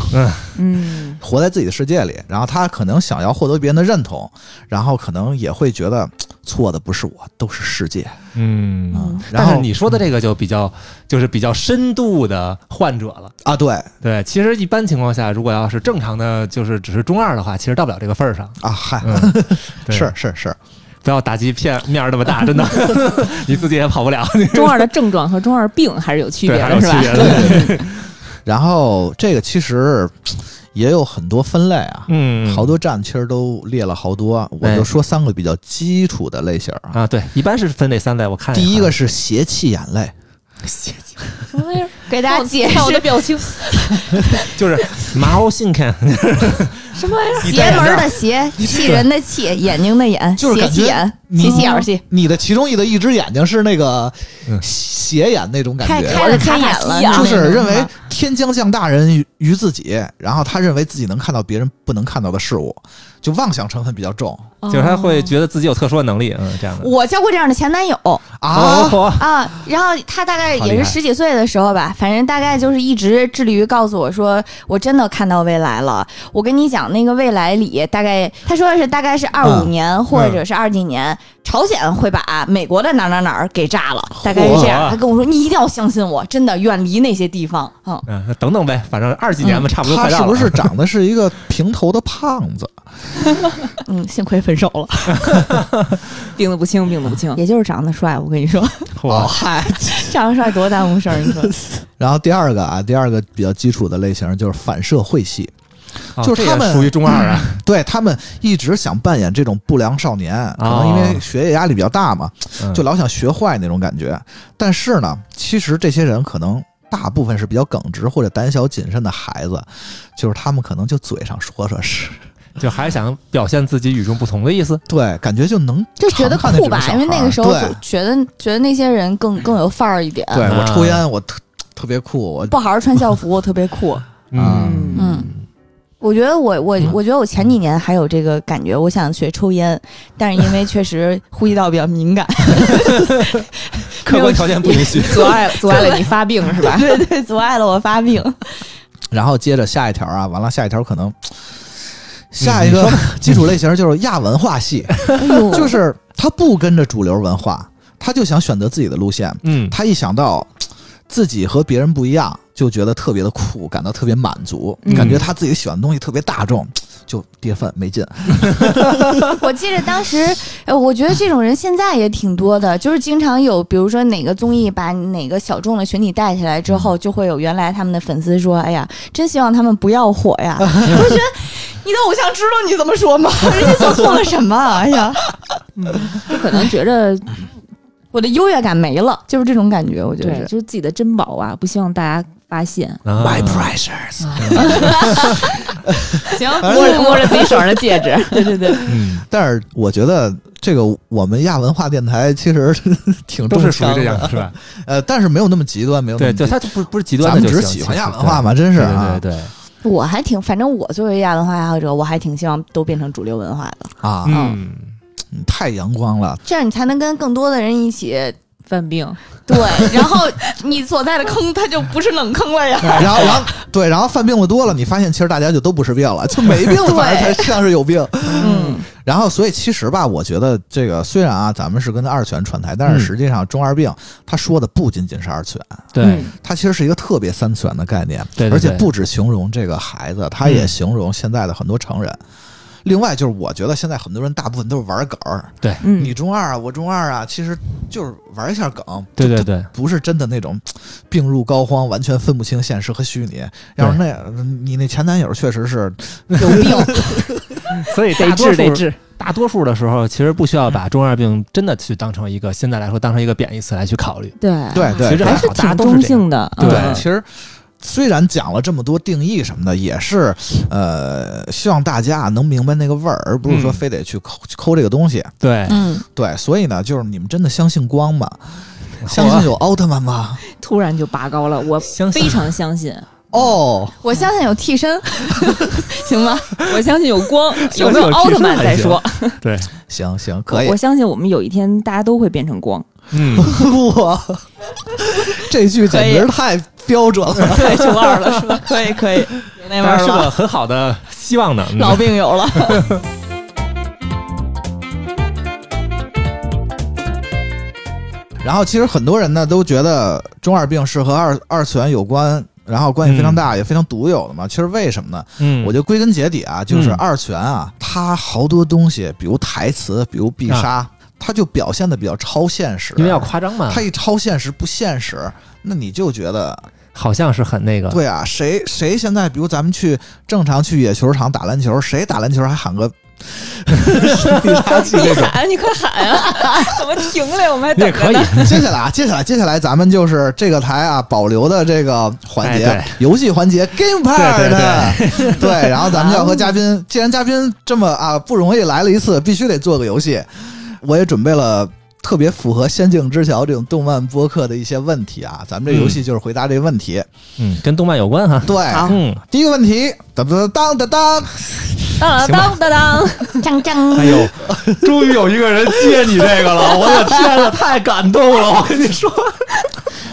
Speaker 2: 嗯，
Speaker 1: 活在自己的世界里，然后他可能想要获得别人的认同，然后可能也会觉得嘖错的不是我，都是世界。
Speaker 4: 嗯。
Speaker 1: 嗯，然
Speaker 4: 但是
Speaker 1: 后
Speaker 4: 你说的这个就比较，就是比较深度的患者了。
Speaker 1: 啊，对
Speaker 4: 对，其实一般情况下，如果要是正常的，就是只是中二的话，其实到不了这个份儿上。
Speaker 1: 啊，嗨，
Speaker 4: 嗯，对
Speaker 1: 是是是，
Speaker 4: 不要打击片面儿那么 大，真的，你自己也跑不了。
Speaker 2: 中二的症状和中二病还是有区别
Speaker 4: 对，还
Speaker 2: 的，
Speaker 4: 有
Speaker 2: 是
Speaker 4: 区
Speaker 2: 吧？
Speaker 4: 别的。
Speaker 1: 然后这个其实嘖也有很多分类啊，
Speaker 4: 嗯，哎
Speaker 1: 好多站其实都列了好多，我
Speaker 4: 对
Speaker 1: 就说三个比较基础的类型啊。
Speaker 4: 啊，对，一般是分这三类。我看
Speaker 1: 第一个
Speaker 4: 是
Speaker 1: 是邪气眼泪，
Speaker 2: 什么玩意儿？
Speaker 5: 给大家解
Speaker 2: 看我的
Speaker 5: 释
Speaker 2: 表情，
Speaker 4: 就是毛 信看，
Speaker 2: 什么玩意儿？
Speaker 5: 邪门的邪，气人的气，眼睛的眼，
Speaker 1: 就是
Speaker 5: 邪
Speaker 1: 感觉
Speaker 5: 气眼，
Speaker 1: 你
Speaker 5: 邪气眼儿
Speaker 4: 哎
Speaker 5: 气，
Speaker 1: 你的其中一的一只眼睛是那个
Speaker 4: 嗯
Speaker 1: 斜眼那种感
Speaker 5: 开
Speaker 1: 觉，
Speaker 5: 开了开眼了，
Speaker 1: 就
Speaker 5: 那
Speaker 1: 是
Speaker 5: 种
Speaker 1: 认为天将降大任于于自己，然后他认为自己能看到别人不能看到的事物，就妄想成分比较重
Speaker 4: 就是他会觉得自己有特殊的能力，嗯，这样的。
Speaker 5: 我交过这样的前男友
Speaker 1: 啊。
Speaker 4: 哦，
Speaker 5: 啊，然后他大概
Speaker 4: 好
Speaker 5: 也
Speaker 4: 厉害
Speaker 5: 是十几岁的时候吧，反正大概就是一直致力于告诉我说，我真的看到未来了。我跟你讲，那个未来里大概他说的是大概是二五
Speaker 1: 嗯
Speaker 5: 年或者是二几年，朝鲜会把美国的哪儿哪儿哪儿给炸了，大概是这样。
Speaker 4: 嚯
Speaker 5: 他跟我说，你一定要相信我，真的远离那些地方啊。
Speaker 4: 嗯，那等等呗，反正二几年吧，差不多
Speaker 1: 他
Speaker 4: 快到
Speaker 1: 是
Speaker 4: 了。
Speaker 1: 不是长得是一个平头的胖子？
Speaker 5: 嗯，幸亏分手了，
Speaker 2: 病得不轻，病得不轻。
Speaker 5: 嗯也就是长得帅，我跟 你说，
Speaker 1: 哦
Speaker 4: 哇
Speaker 2: 嗨，
Speaker 5: 长得帅多耽误事儿，你 说。
Speaker 1: 然后第二个啊，第二个比较基础的类型就是反社会系，
Speaker 4: 哦
Speaker 1: 就是
Speaker 4: 这
Speaker 1: 他
Speaker 4: 个
Speaker 1: 们
Speaker 4: 属于中二啊，
Speaker 1: 对他们一直想扮演这种不良少年，可
Speaker 4: 哦
Speaker 1: 能因为学业压力比较大嘛，
Speaker 4: 嗯
Speaker 1: 就老想学坏那种感觉。但是呢，其实这些人可能大部分是比较耿直或者胆小谨慎的孩子，就是他们可能就嘴上说说是，
Speaker 4: 就还想表现自己与众不同的意思。
Speaker 1: 对，感觉就能
Speaker 5: 就觉得
Speaker 1: 常看见
Speaker 5: 酷吧
Speaker 1: 这，种
Speaker 5: 因为那个时候
Speaker 1: 小孩儿
Speaker 5: 总觉得觉得那些人更更有范儿一点，
Speaker 1: 对，对
Speaker 4: 啊
Speaker 1: 我抽烟我特特别酷，我
Speaker 5: 不好好穿校服我特别酷。
Speaker 1: 啊
Speaker 5: 嗯，我觉得我我
Speaker 4: 嗯
Speaker 5: 我觉得我前几年还有这个感觉，我想学抽烟，但是因为确实呼吸道比较敏 感，
Speaker 4: 客观条件不允许。
Speaker 2: 阻碍阻碍了你发病是吧？
Speaker 5: 对对，阻碍了我发病。
Speaker 1: 然后接着下一条啊，完了下一条可能
Speaker 4: 嗯
Speaker 1: 下一个 基础类型就是亚文化系，
Speaker 5: 哎
Speaker 1: 就是他不跟着主流文化，他就想选择自己的路线。
Speaker 4: 嗯，
Speaker 1: 他一想到自己和别人不一样，就觉得特别的酷，感到特别满足，
Speaker 4: 嗯
Speaker 1: 感觉他自己喜欢的东西特别大众，就跌份没劲。
Speaker 4: 嗯
Speaker 5: 我记得当时，呃，我觉得这种人现在也挺多的，就是经常有，比如说哪个综艺把哪个小众的群体带起来之后，就会有原来他们的粉丝说：“哎呀，真希望他们不要火 呀！”我就觉得你的偶像知道你这么 说吗？人家做错了什么？哎呀，
Speaker 2: 就可能觉着
Speaker 5: 我的优越感没了，就是这种感觉，我觉得
Speaker 2: 对，
Speaker 5: 是。
Speaker 2: 就是自己的珍宝啊，不希望大家发现。
Speaker 4: My
Speaker 1: precious，
Speaker 2: 行，摸着摸着自己手上的戒指，对对对，
Speaker 4: 嗯，
Speaker 1: 但是我觉得这个我们亚文化电台其实 挺
Speaker 4: 都
Speaker 1: 重
Speaker 4: 是属于
Speaker 1: 伤
Speaker 4: 这样
Speaker 1: 的，
Speaker 4: 是吧？
Speaker 1: 呃，但是没有那么极端，没有那
Speaker 4: 对，
Speaker 1: 么
Speaker 4: 就
Speaker 1: 极
Speaker 4: 他就不不是极端
Speaker 1: 咱
Speaker 4: 的
Speaker 1: 们
Speaker 4: 就行，
Speaker 1: 只是喜欢亚文
Speaker 4: 其实
Speaker 1: 化嘛，真是
Speaker 4: 对
Speaker 1: 啊
Speaker 4: 对对对，
Speaker 5: 我还挺，反正我作为亚文化爱好者，我还挺希望都变成主流文化的，
Speaker 1: 啊，
Speaker 4: 嗯，
Speaker 1: 你太阳光 了。
Speaker 5: 这样你才能跟更多的人一 起
Speaker 2: 犯病。
Speaker 5: 对，然后你所在的坑它就不是冷坑了呀。
Speaker 1: 然后，然后对，然后犯病的多了，你发现其实大家就都不是病了，就没 病反而才像是有病。
Speaker 5: 嗯，
Speaker 1: 然后，所以其实吧，我觉得这个虽然啊，咱们是跟二次元串台，但
Speaker 4: 嗯
Speaker 1: 是实际上中二病他说的不仅仅是二次元，
Speaker 3: 嗯
Speaker 4: 对
Speaker 1: 它其实是一个特别三次元的概念，
Speaker 4: 对对
Speaker 1: 而且
Speaker 4: 对嗯
Speaker 1: 不止形容这个孩子，它也形容现在的很多成人。另外就是，我觉得现在很多人大部分都是玩梗儿，
Speaker 2: 嗯
Speaker 1: 你，中二啊，我中二啊，其实就是玩一下梗，
Speaker 4: 对对对，
Speaker 1: 不是真的那种病入膏肓，完全分不清现实和虚拟。要是那样，你那前男友确实是
Speaker 2: 有病
Speaker 3: 嗯
Speaker 4: 所以
Speaker 2: 得
Speaker 4: 大多
Speaker 2: 治
Speaker 4: 数
Speaker 2: 得治。
Speaker 4: 大多数的时候，其实不需要把中二病真的去当成一个现在来说当成一个贬义词来去考虑。
Speaker 2: 对
Speaker 1: 对对，
Speaker 4: 其实
Speaker 1: 对
Speaker 4: 还
Speaker 2: 还是
Speaker 4: 啊好，大家
Speaker 2: 挺
Speaker 4: 都是
Speaker 2: 中
Speaker 4: 这样。
Speaker 2: 性的，
Speaker 4: 对
Speaker 1: 对，
Speaker 2: 嗯
Speaker 1: 啊其实虽然讲了这么多定义什么的，也是呃，希望大家能明白那个味儿，而不是说
Speaker 4: 嗯
Speaker 1: 非得去抠去抠这个东西。
Speaker 4: 对，
Speaker 5: 嗯，
Speaker 1: 对，所以呢，就是你们真的相信光吗？相信有奥特曼吗？
Speaker 2: 突然就拔高了，我
Speaker 4: 相信
Speaker 2: 非常相信，
Speaker 1: 哦，
Speaker 5: 我相信有替身，
Speaker 2: 行吗？我相信有 光，
Speaker 4: 相信有
Speaker 2: 有没有奥特
Speaker 4: 提升
Speaker 2: 曼
Speaker 4: 还
Speaker 2: 再
Speaker 4: 行
Speaker 2: 说。
Speaker 4: 对，
Speaker 1: 行行，可以
Speaker 2: 我。相信我们有一天大家都会变成光，
Speaker 4: 嗯，
Speaker 1: 哇，这句简直太标准了。
Speaker 2: 对，中二了是吧？ 可以可以，有那味
Speaker 4: 当然
Speaker 2: 儿
Speaker 4: 是
Speaker 2: 了，
Speaker 4: 个很好的希望呢。嗯
Speaker 2: 老病友 了。
Speaker 1: 然后其实很多人呢都觉得中二病是和二二次元有关，然后关系非常大，也非常独有的嘛。其实为什么呢？
Speaker 4: 嗯，
Speaker 1: 我觉得归根结底啊，就是
Speaker 4: 嗯
Speaker 1: 二次元啊，它好多东西，比如台词，比如必杀，它就表现的比较超现实。
Speaker 4: 啊因为要夸啊张嘛
Speaker 1: 它，一超现实不现实，那你就觉得
Speaker 4: 好像是很那个。
Speaker 1: 对啊，谁谁现在比如咱们去正常去野球场打篮球，谁打篮球还喊个身体垃圾这
Speaker 3: 你
Speaker 1: 种。
Speaker 3: 喊，你快喊啊！ 怎么停了？我们还
Speaker 4: 你
Speaker 3: 等
Speaker 4: 也
Speaker 3: 着
Speaker 4: 可以
Speaker 3: 呢。，
Speaker 1: 接下来啊，接下来，接下来，咱们就是这个台啊保留的这个环节，
Speaker 4: 哎
Speaker 1: 游戏环节 game part，
Speaker 4: 对
Speaker 1: 对然后咱们要和嘉宾，既然嘉宾这么啊不容易来了一次，必须得做个游戏。我也准备了特别符合《仙境之桥》这种动漫播客的一些问题啊，咱们这游戏就是回答这问题。
Speaker 4: 嗯，跟动漫有关哈。
Speaker 1: 对，
Speaker 10: 好
Speaker 4: 嗯，
Speaker 1: 第一个问题，当当当当当，
Speaker 3: 当当当当，
Speaker 5: 张张，
Speaker 4: 哎呦，终于有一个人接你这个了，我的天呐，太感动了！我跟你说，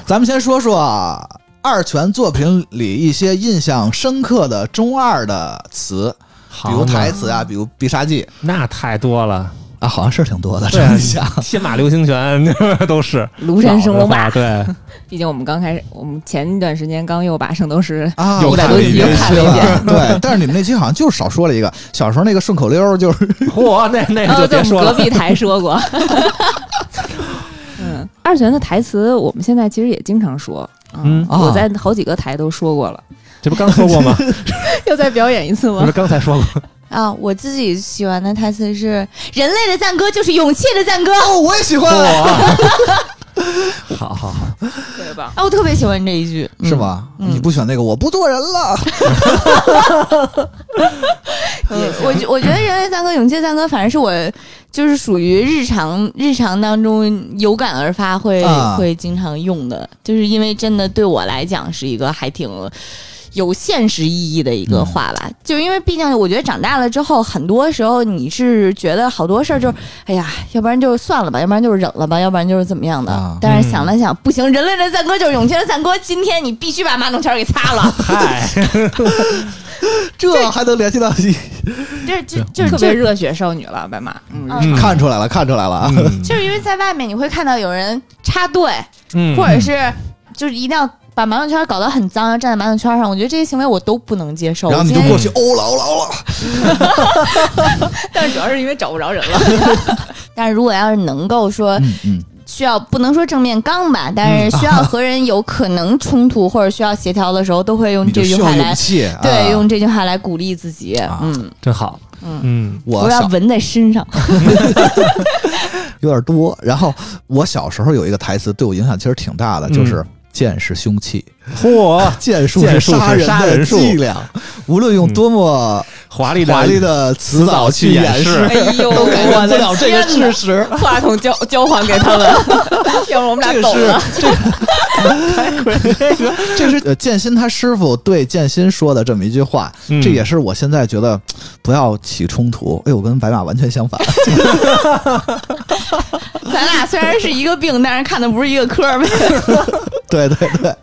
Speaker 1: 咱们先说说啊二泉作品里一些印象深刻的中二的词，比如台词啊，比如必杀技。
Speaker 4: 那太多了，
Speaker 1: 啊，好像是挺多的，
Speaker 4: 对啊
Speaker 1: 真想，
Speaker 4: 天马流 星拳都是
Speaker 3: 庐山升龙
Speaker 4: 吧？
Speaker 3: 吧。
Speaker 4: 对，
Speaker 3: 毕竟我们刚开始，我们前一段时间刚又把《圣斗士》
Speaker 1: 啊，
Speaker 4: 又
Speaker 1: 我
Speaker 4: 看了一遍
Speaker 1: 又看了一
Speaker 3: 是吧
Speaker 1: 遍，对。但是你们那期好像就是少说了一个，小时候那个顺口溜儿就是
Speaker 4: 嚯，那那个
Speaker 3: 哦，
Speaker 4: 哎就
Speaker 3: 对，
Speaker 4: 别说
Speaker 3: 我们隔
Speaker 4: 了，
Speaker 3: 壁台 说过。嗯，二泉的台词我们现在其实也经常说。
Speaker 4: 嗯
Speaker 1: 啊
Speaker 3: 我在好几个台都说过 了，
Speaker 4: 这不刚说过吗？
Speaker 3: 要再表演一次
Speaker 4: 不
Speaker 3: 吗
Speaker 4: 是？刚才说过，
Speaker 5: 啊，我自己喜欢的台词是“人类的赞歌就是勇气的赞歌
Speaker 1: 哦，我也喜欢，啊
Speaker 4: 嚯，好好好，
Speaker 3: 对吧”，？
Speaker 5: 啊，我特别喜欢这一句，
Speaker 1: 是吧？
Speaker 5: 嗯
Speaker 1: 你不选那个，我不做人了。
Speaker 5: 嗯？我觉我觉得“人类赞歌”“勇气赞歌”反正是我就是属于日常日常当中有感而发会、
Speaker 1: 啊
Speaker 5: 会经常用的，就是因为真的对我来讲是一个还挺。有现实意义的一
Speaker 1: 嗯
Speaker 5: 个话吧，就因为毕竟我觉得长大了之后，很多时候你是觉得好多事儿就是，哎呀，要不然就算了吧，要不然就是忍了吧，要不然就是怎么样的。
Speaker 1: 啊
Speaker 5: 但是想了想，不行，人类的赞歌就是勇气的赞歌，今天你必须把马桶圈给擦了，
Speaker 4: 嗨，
Speaker 1: 这还能联系到一，
Speaker 5: 这这就是
Speaker 3: 特
Speaker 5: 这
Speaker 3: 别热血少女了，白马。嗯，
Speaker 5: 嗯
Speaker 1: 看出来了，看出来了啊！
Speaker 4: 嗯
Speaker 5: 就是因为在外面你会看到有人插队，
Speaker 4: 嗯
Speaker 5: 或者是就是一定要把马桶圈搞得很脏，要站在马桶圈上，我觉得这些行为我都不能接受。
Speaker 1: 然后
Speaker 5: 我
Speaker 1: 你
Speaker 5: 今
Speaker 1: 就
Speaker 5: 天
Speaker 1: 过去哦欧了欧了欧了，
Speaker 3: 但是主要是因为找不着人了。
Speaker 5: 但是如果要是能够说
Speaker 1: 嗯嗯，
Speaker 5: 需要不能说正面刚吧，但是需要和人有可能冲突或者需要协调的时候，都会用
Speaker 1: 你
Speaker 5: 这
Speaker 1: 就
Speaker 5: 句
Speaker 1: 需
Speaker 5: 话
Speaker 1: 要
Speaker 5: 来
Speaker 1: 勇气，啊
Speaker 5: 对用这句话来鼓励自己
Speaker 1: 啊。
Speaker 5: 嗯，
Speaker 4: 真好，嗯
Speaker 1: 我
Speaker 5: 我要
Speaker 1: 小
Speaker 5: 纹在身上。
Speaker 1: 有点多。然后我小时候有一个台词对我影响其实挺大的，就是剑是凶器，
Speaker 4: 嚯，
Speaker 1: 嗯 剑术
Speaker 4: 剑
Speaker 1: 是
Speaker 4: 术是
Speaker 1: 杀人
Speaker 4: 杀人
Speaker 1: 的
Speaker 4: 术
Speaker 1: 伎俩，无论用多么
Speaker 4: 华丽的
Speaker 1: 华丽的词藻去掩饰，
Speaker 3: 哎 呦，
Speaker 1: 都改变
Speaker 3: 我
Speaker 1: 不
Speaker 3: 的
Speaker 1: 了这个
Speaker 3: 天哪
Speaker 1: 事实。
Speaker 3: 话筒交交还给他们， 要不我们
Speaker 1: 这
Speaker 3: 俩
Speaker 1: 个
Speaker 3: 走了。
Speaker 1: 是 这个，这是呃剑心他师傅对剑心说的这么一句话，
Speaker 4: 嗯
Speaker 1: 这也是我现在觉得不要起冲突。哎，我跟白马完全相反，
Speaker 5: 咱俩虽然是一个病，但是看的不是一个科儿呗。
Speaker 1: 对对 对，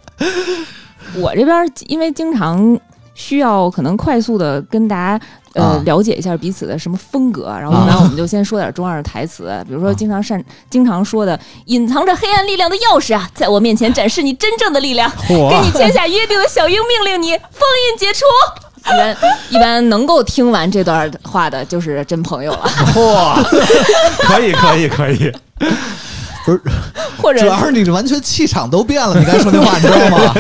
Speaker 3: 我这边儿因为经常需要可能快速的跟大家呃、
Speaker 1: 啊
Speaker 3: 了解一下彼此的什么风格，然后
Speaker 1: 啊
Speaker 3: 呢，我们就先说点中二的台词，比如说经常擅经常说的“隐藏着黑暗力量的钥匙啊，在我面前展示你真正的力 量，跟你
Speaker 4: 嚯，
Speaker 3: 签下约定的小鹰命令你封印解除”。一般一般能够听完这段话的，就是真朋友了，
Speaker 4: 嚯， 可以可以可以，
Speaker 1: 不是，
Speaker 3: 或者
Speaker 1: 主要是你完全气场都变了。你刚才说那话，你知道吗？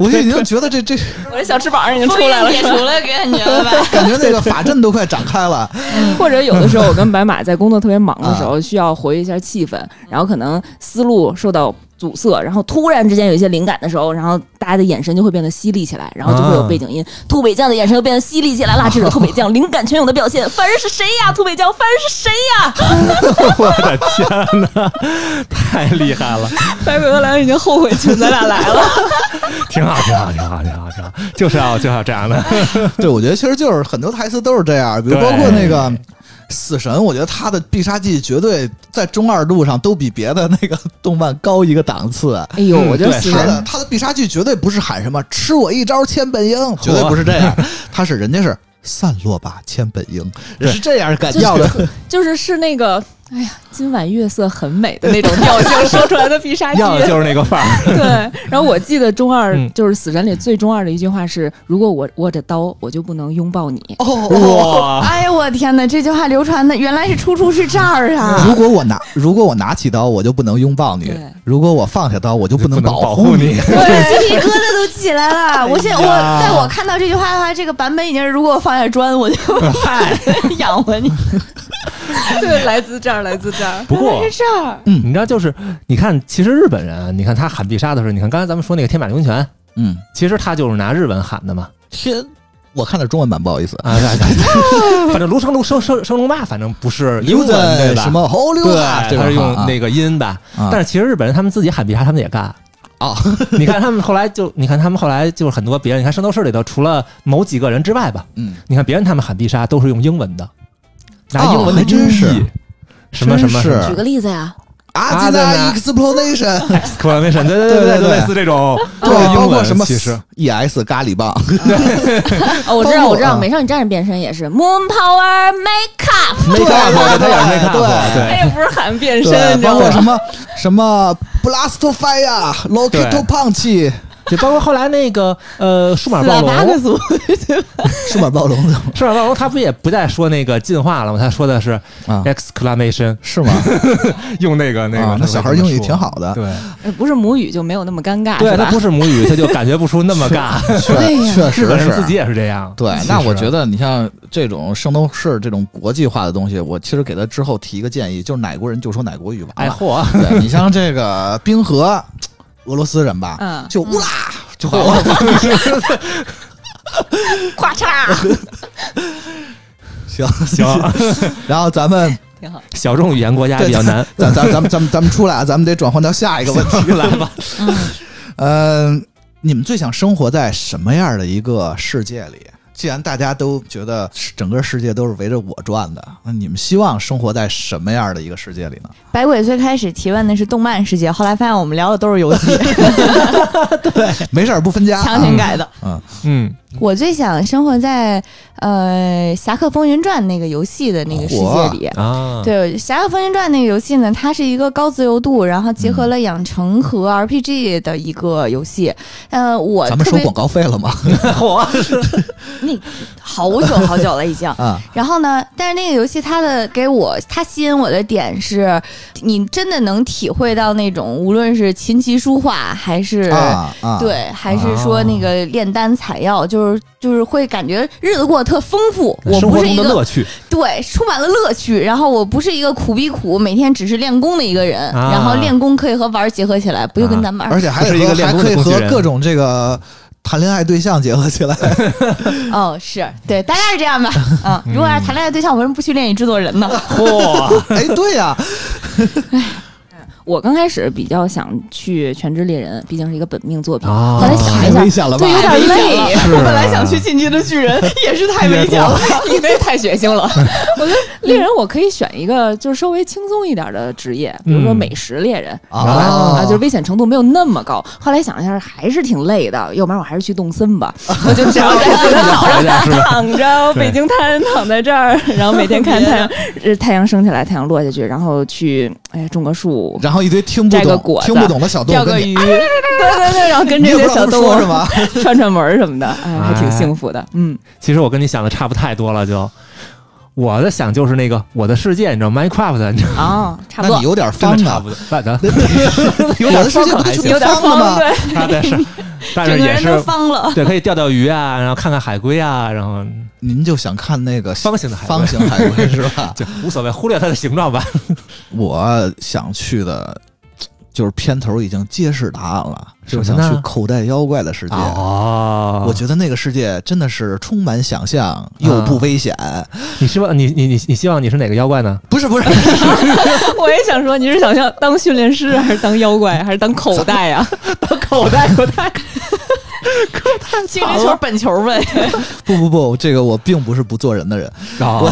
Speaker 1: 我就已经觉得这这
Speaker 3: 我这小翅膀已经
Speaker 5: 封
Speaker 3: 出
Speaker 5: 印
Speaker 3: 来了，
Speaker 5: 解除了感觉 了吧？
Speaker 1: 感觉那个法阵都快展开了。
Speaker 3: 或者有的 时候，我跟白马在工作特别忙的时候，需要活跃一下气氛，然后可能思路受到阻塞，然后突然之间有一些灵感的时候，然后大家的眼神就会变得犀利起来，然后就会有背景音，土北酱的眼神又变得犀利 起来了，这是土北酱灵感泉涌的表现。凡人是谁呀？土北酱，凡人是谁呀？
Speaker 4: 我的天呐，太厉害了，
Speaker 3: 白鬼和蓝已经后悔请咱俩来了。
Speaker 4: 挺好挺好挺好挺好挺好，就是要就要这样的，
Speaker 1: 对，我觉得其实就是很多台词都是这样，比如
Speaker 4: 对
Speaker 1: 包括那个。死神，我觉得他的必杀技绝对在中二度上都比别的那个动漫高一个档次。
Speaker 3: 哎呦，我觉得
Speaker 4: 对
Speaker 3: 死
Speaker 1: 他的
Speaker 3: 神
Speaker 1: 他的必杀技绝对不是喊什么“吃我一招千本樱”，绝对不是这样， 他是人家是“散落吧千本樱”，
Speaker 4: 对
Speaker 1: 是这样感
Speaker 3: 就
Speaker 1: 觉的。
Speaker 3: 是就是是那个。
Speaker 2: 哎呀，今晚月色很美的那种调 性说出来的必杀技。
Speaker 4: 要的就是那个范儿。
Speaker 2: 对，然后我记得中二
Speaker 4: 嗯
Speaker 2: 就是《死神》里最中二的一句话是：“如果我握着刀，我就不能拥抱你。
Speaker 1: 哦
Speaker 4: 哇
Speaker 3: 啊
Speaker 5: 哎呦我天哪，这句话流传的原来是出处是这儿啊！
Speaker 3: 嗯
Speaker 1: 如果我拿如果我拿起刀，我就不能拥抱你
Speaker 2: 对；
Speaker 1: 如果我放下刀，我就不能
Speaker 4: 不能保
Speaker 1: 护
Speaker 4: 护你。
Speaker 5: 对，鸡皮疙瘩都起来 了。我现
Speaker 3: 哎
Speaker 5: 我在我看到这句话的话，这个版本已经是如果我放下砖，我就嗨 养活你。对，来自这儿，来自 这儿，
Speaker 4: 不过嗯
Speaker 5: 来自这儿。
Speaker 1: 嗯
Speaker 4: 你知道，就是你看，其实日本人啊，你看他喊必杀的时候，你看刚才咱们说那个天马流星拳，
Speaker 1: 嗯，
Speaker 4: 其实他就是拿日文喊的嘛。
Speaker 1: 天，我看的中文版，不好意思。
Speaker 4: 啊，对对 反正卢生卢生生生龙霸，反正不是英文对吧？
Speaker 1: 什么猴溜
Speaker 4: 对
Speaker 1: 达，，这
Speaker 4: 他是
Speaker 1: 种
Speaker 4: 用
Speaker 1: 啊
Speaker 4: 那个音吧。
Speaker 1: 啊
Speaker 4: 但是其实日本人他们自己喊必杀，他们也干。
Speaker 1: 哦，
Speaker 4: 你看他们后来就，你看他们后来就是很多别人，你看圣斗士里头除了某几个人之外吧，
Speaker 1: 嗯，
Speaker 4: 你看别人他们喊必杀都是用英文的，拿
Speaker 1: 哦
Speaker 4: 英文的
Speaker 1: 还真
Speaker 4: 音
Speaker 1: 是
Speaker 4: 译，什么什么
Speaker 1: 真是
Speaker 2: 举个例子呀，
Speaker 1: 阿基
Speaker 4: 阿
Speaker 1: 纳
Speaker 4: 基
Speaker 1: explanation，
Speaker 4: exclamation，对
Speaker 1: 对对
Speaker 4: 对
Speaker 1: 对
Speaker 4: 类似这种
Speaker 1: 对，包括什么
Speaker 4: 其实
Speaker 1: EX 咖喱 棒，
Speaker 2: 哦，我知
Speaker 1: 帮
Speaker 2: 道，
Speaker 1: 我
Speaker 2: 我知道，
Speaker 1: 啊
Speaker 2: 美少女战士变身也是 Moon Power Make Up，
Speaker 1: 没干过，
Speaker 4: 对对对对
Speaker 1: 对。
Speaker 2: 哎呀，不是喊变身，
Speaker 1: 对，
Speaker 2: 你知道
Speaker 1: 包括
Speaker 2: 吗？
Speaker 1: 什么什么 blast fire、rocket punch、
Speaker 4: 就包括后来那个呃数码
Speaker 2: 斯
Speaker 4: 暴
Speaker 2: 拉巴克
Speaker 4: 龙，
Speaker 2: 族，
Speaker 1: 数码暴龙怎么
Speaker 4: 数码暴龙哦他不也不再说那个进化了吗？他说的是
Speaker 1: 啊
Speaker 4: exclamation，
Speaker 1: 是吗？
Speaker 4: 用那个那个
Speaker 1: 啊那
Speaker 4: 他，会
Speaker 1: 小
Speaker 4: 这
Speaker 1: 孩
Speaker 4: 么
Speaker 1: 英语
Speaker 4: 说
Speaker 1: 挺好的，
Speaker 4: 对。
Speaker 2: 不是母语就没有那么尴尬，
Speaker 4: 对
Speaker 2: 是
Speaker 4: 他
Speaker 2: 吧
Speaker 4: 不？是母语，他就感觉不出那么尬。
Speaker 1: 确确
Speaker 4: 日
Speaker 1: 实
Speaker 4: 本人
Speaker 1: 是
Speaker 4: 自己也是这样。
Speaker 1: 对
Speaker 4: 其，实啊
Speaker 1: 那我觉得你像这种圣斗士这种国际化的东西，我其实给他之后提一个建议，就是哪国人就说哪国语完
Speaker 4: 哎
Speaker 1: 了。
Speaker 4: 嚯，
Speaker 1: 对你像这个冰河，俄罗斯人吧，
Speaker 2: 嗯
Speaker 1: 就乌啦就完了。
Speaker 2: 咔 嚓，
Speaker 1: 行，
Speaker 4: 行，
Speaker 1: 然后咱们
Speaker 2: 挺好。
Speaker 4: 小众语言国家比较难。
Speaker 1: 咱咱咱们咱们咱们出来啊，咱们得转换到下一个问题。
Speaker 4: 来 吧，
Speaker 1: 嗯，你们最想生活在什么样的一个世界里？既然大家都觉得整个世界都是围着我转的，那你们希望生活在什么样的一个世界里呢？
Speaker 5: 百鬼最开始提问的是动漫世界，后来发现我们聊的都是游戏，
Speaker 1: 没事儿，不分家啊，
Speaker 5: 强行改的。
Speaker 4: 嗯，
Speaker 5: 我最想生活在呃《侠客风云传》那个游戏的那个世界里。
Speaker 4: 啊，
Speaker 5: 对《侠客风云传》那个游戏呢，它是一个高自由度，然后结合了养成和 RPG 的一个游戏。呃，我
Speaker 1: 咱们
Speaker 5: 特
Speaker 1: 收
Speaker 5: 别
Speaker 1: 广告费了吗？。
Speaker 4: 嚯，
Speaker 5: 那好久好久了已经
Speaker 1: 啊，
Speaker 5: 然后呢，但是那个游戏它的给我它吸引我的点是，你真的能体会到那种无论是琴棋书画还是、
Speaker 1: 啊啊，
Speaker 5: 对，还是说那个炼丹采药，就是就是会感觉日子过得特丰富。我
Speaker 4: 生
Speaker 5: 不
Speaker 4: 活
Speaker 5: 是
Speaker 4: 中
Speaker 5: 一
Speaker 4: 的
Speaker 5: 个
Speaker 4: 乐趣，
Speaker 5: 对充满了乐趣，然后我不是一个苦逼苦，每天只是练功的一个人，
Speaker 4: 啊
Speaker 5: 然后练功可以和玩儿结合起来，不就跟咱们玩儿？
Speaker 1: 而且还
Speaker 4: 是一个
Speaker 1: 和
Speaker 4: 练
Speaker 1: 还
Speaker 4: 功
Speaker 1: 可
Speaker 4: 的
Speaker 1: 以
Speaker 4: 工具
Speaker 1: 和
Speaker 4: 人
Speaker 1: 各种这个谈恋爱对象结合 起来。
Speaker 5: 哦，是对，大概是这样吧。 啊，
Speaker 4: 嗯
Speaker 5: 如果要是谈恋爱对象，我为什么不去练习制作人呢？
Speaker 4: 嚯，
Speaker 1: 哎，对呀、
Speaker 2: 我刚开始比较想去《全职猎人》，毕竟是一个本命作品。
Speaker 4: 啊
Speaker 2: 后来想
Speaker 1: 太
Speaker 2: 一下
Speaker 1: 危，险了吧
Speaker 2: 就？有点累。
Speaker 4: 我本
Speaker 2: 来想去《进击的巨人》，也是太
Speaker 4: 危险了，
Speaker 2: 你那太血腥了。我觉得
Speaker 5: 嗯
Speaker 2: 猎人我可以选一个就是稍微轻松一点的职业，比如说
Speaker 4: 嗯
Speaker 2: 美食猎人、
Speaker 1: 啊
Speaker 2: 啊，就是危险程度没有那么高。后来想一下，还是挺累的，要不然我还是去动森吧。我就只要在
Speaker 4: 好一点是吧？
Speaker 2: 躺着，
Speaker 4: 对
Speaker 2: 北京滩躺在这儿，然后每天看太阳，呃太阳升起来，太阳落下去，然后去哎种 个树，
Speaker 1: 然后一堆听不
Speaker 2: 摘个
Speaker 1: 懂
Speaker 2: 果、子
Speaker 1: 听不懂的小动
Speaker 2: 钓
Speaker 1: 物跟
Speaker 2: 个
Speaker 1: 你，哎
Speaker 2: 鱼，对对对，然后跟
Speaker 1: 你也
Speaker 2: 这
Speaker 1: 不知道
Speaker 2: 些小
Speaker 1: 他们
Speaker 2: 动物
Speaker 1: 说什么。
Speaker 2: 串串门儿什么的，哎，还挺幸福的。嗯，
Speaker 4: 其实我跟你想的差不太多了，就我的想就是那个我的世界，你知道 Minecraft，你知道
Speaker 2: 啊，差
Speaker 1: 那
Speaker 2: 不多
Speaker 1: 你，有点
Speaker 4: 真
Speaker 1: 方
Speaker 4: 的差
Speaker 1: 啊，
Speaker 4: 不多，反正
Speaker 1: 有点世界不就
Speaker 2: 有点
Speaker 1: 方了吗？
Speaker 2: 对，
Speaker 4: 啊，但是但
Speaker 2: 整
Speaker 4: 是
Speaker 2: 个
Speaker 4: 也
Speaker 2: 人都
Speaker 4: 是。
Speaker 2: 方 了。
Speaker 4: 对，可以钓钓鱼啊，然后看看海龟啊，然后
Speaker 1: 您就想看那个
Speaker 4: 方形的海龟
Speaker 1: 方形海 龟是吧？
Speaker 4: 就无所谓，忽略它的形状吧。
Speaker 1: 我想去的，就是片头已经揭示答案了，
Speaker 4: 什
Speaker 1: 就
Speaker 4: 么
Speaker 1: 想
Speaker 4: 呢
Speaker 1: 去口袋妖怪的世界。
Speaker 4: 哦
Speaker 1: 啊我觉得那个世界真的是充满想象又
Speaker 4: 啊
Speaker 1: 不危险，
Speaker 4: 你希望你你你你希望你是哪个妖 怪呢？
Speaker 1: 不是不是，
Speaker 2: 我也想说，你是想象当训练师，还是当妖怪，还是当口袋
Speaker 3: 啊
Speaker 2: 呀？当口袋，口袋，
Speaker 5: 精灵球本球呗。
Speaker 1: 不不不，这个我并不是不做人的人，
Speaker 4: 哦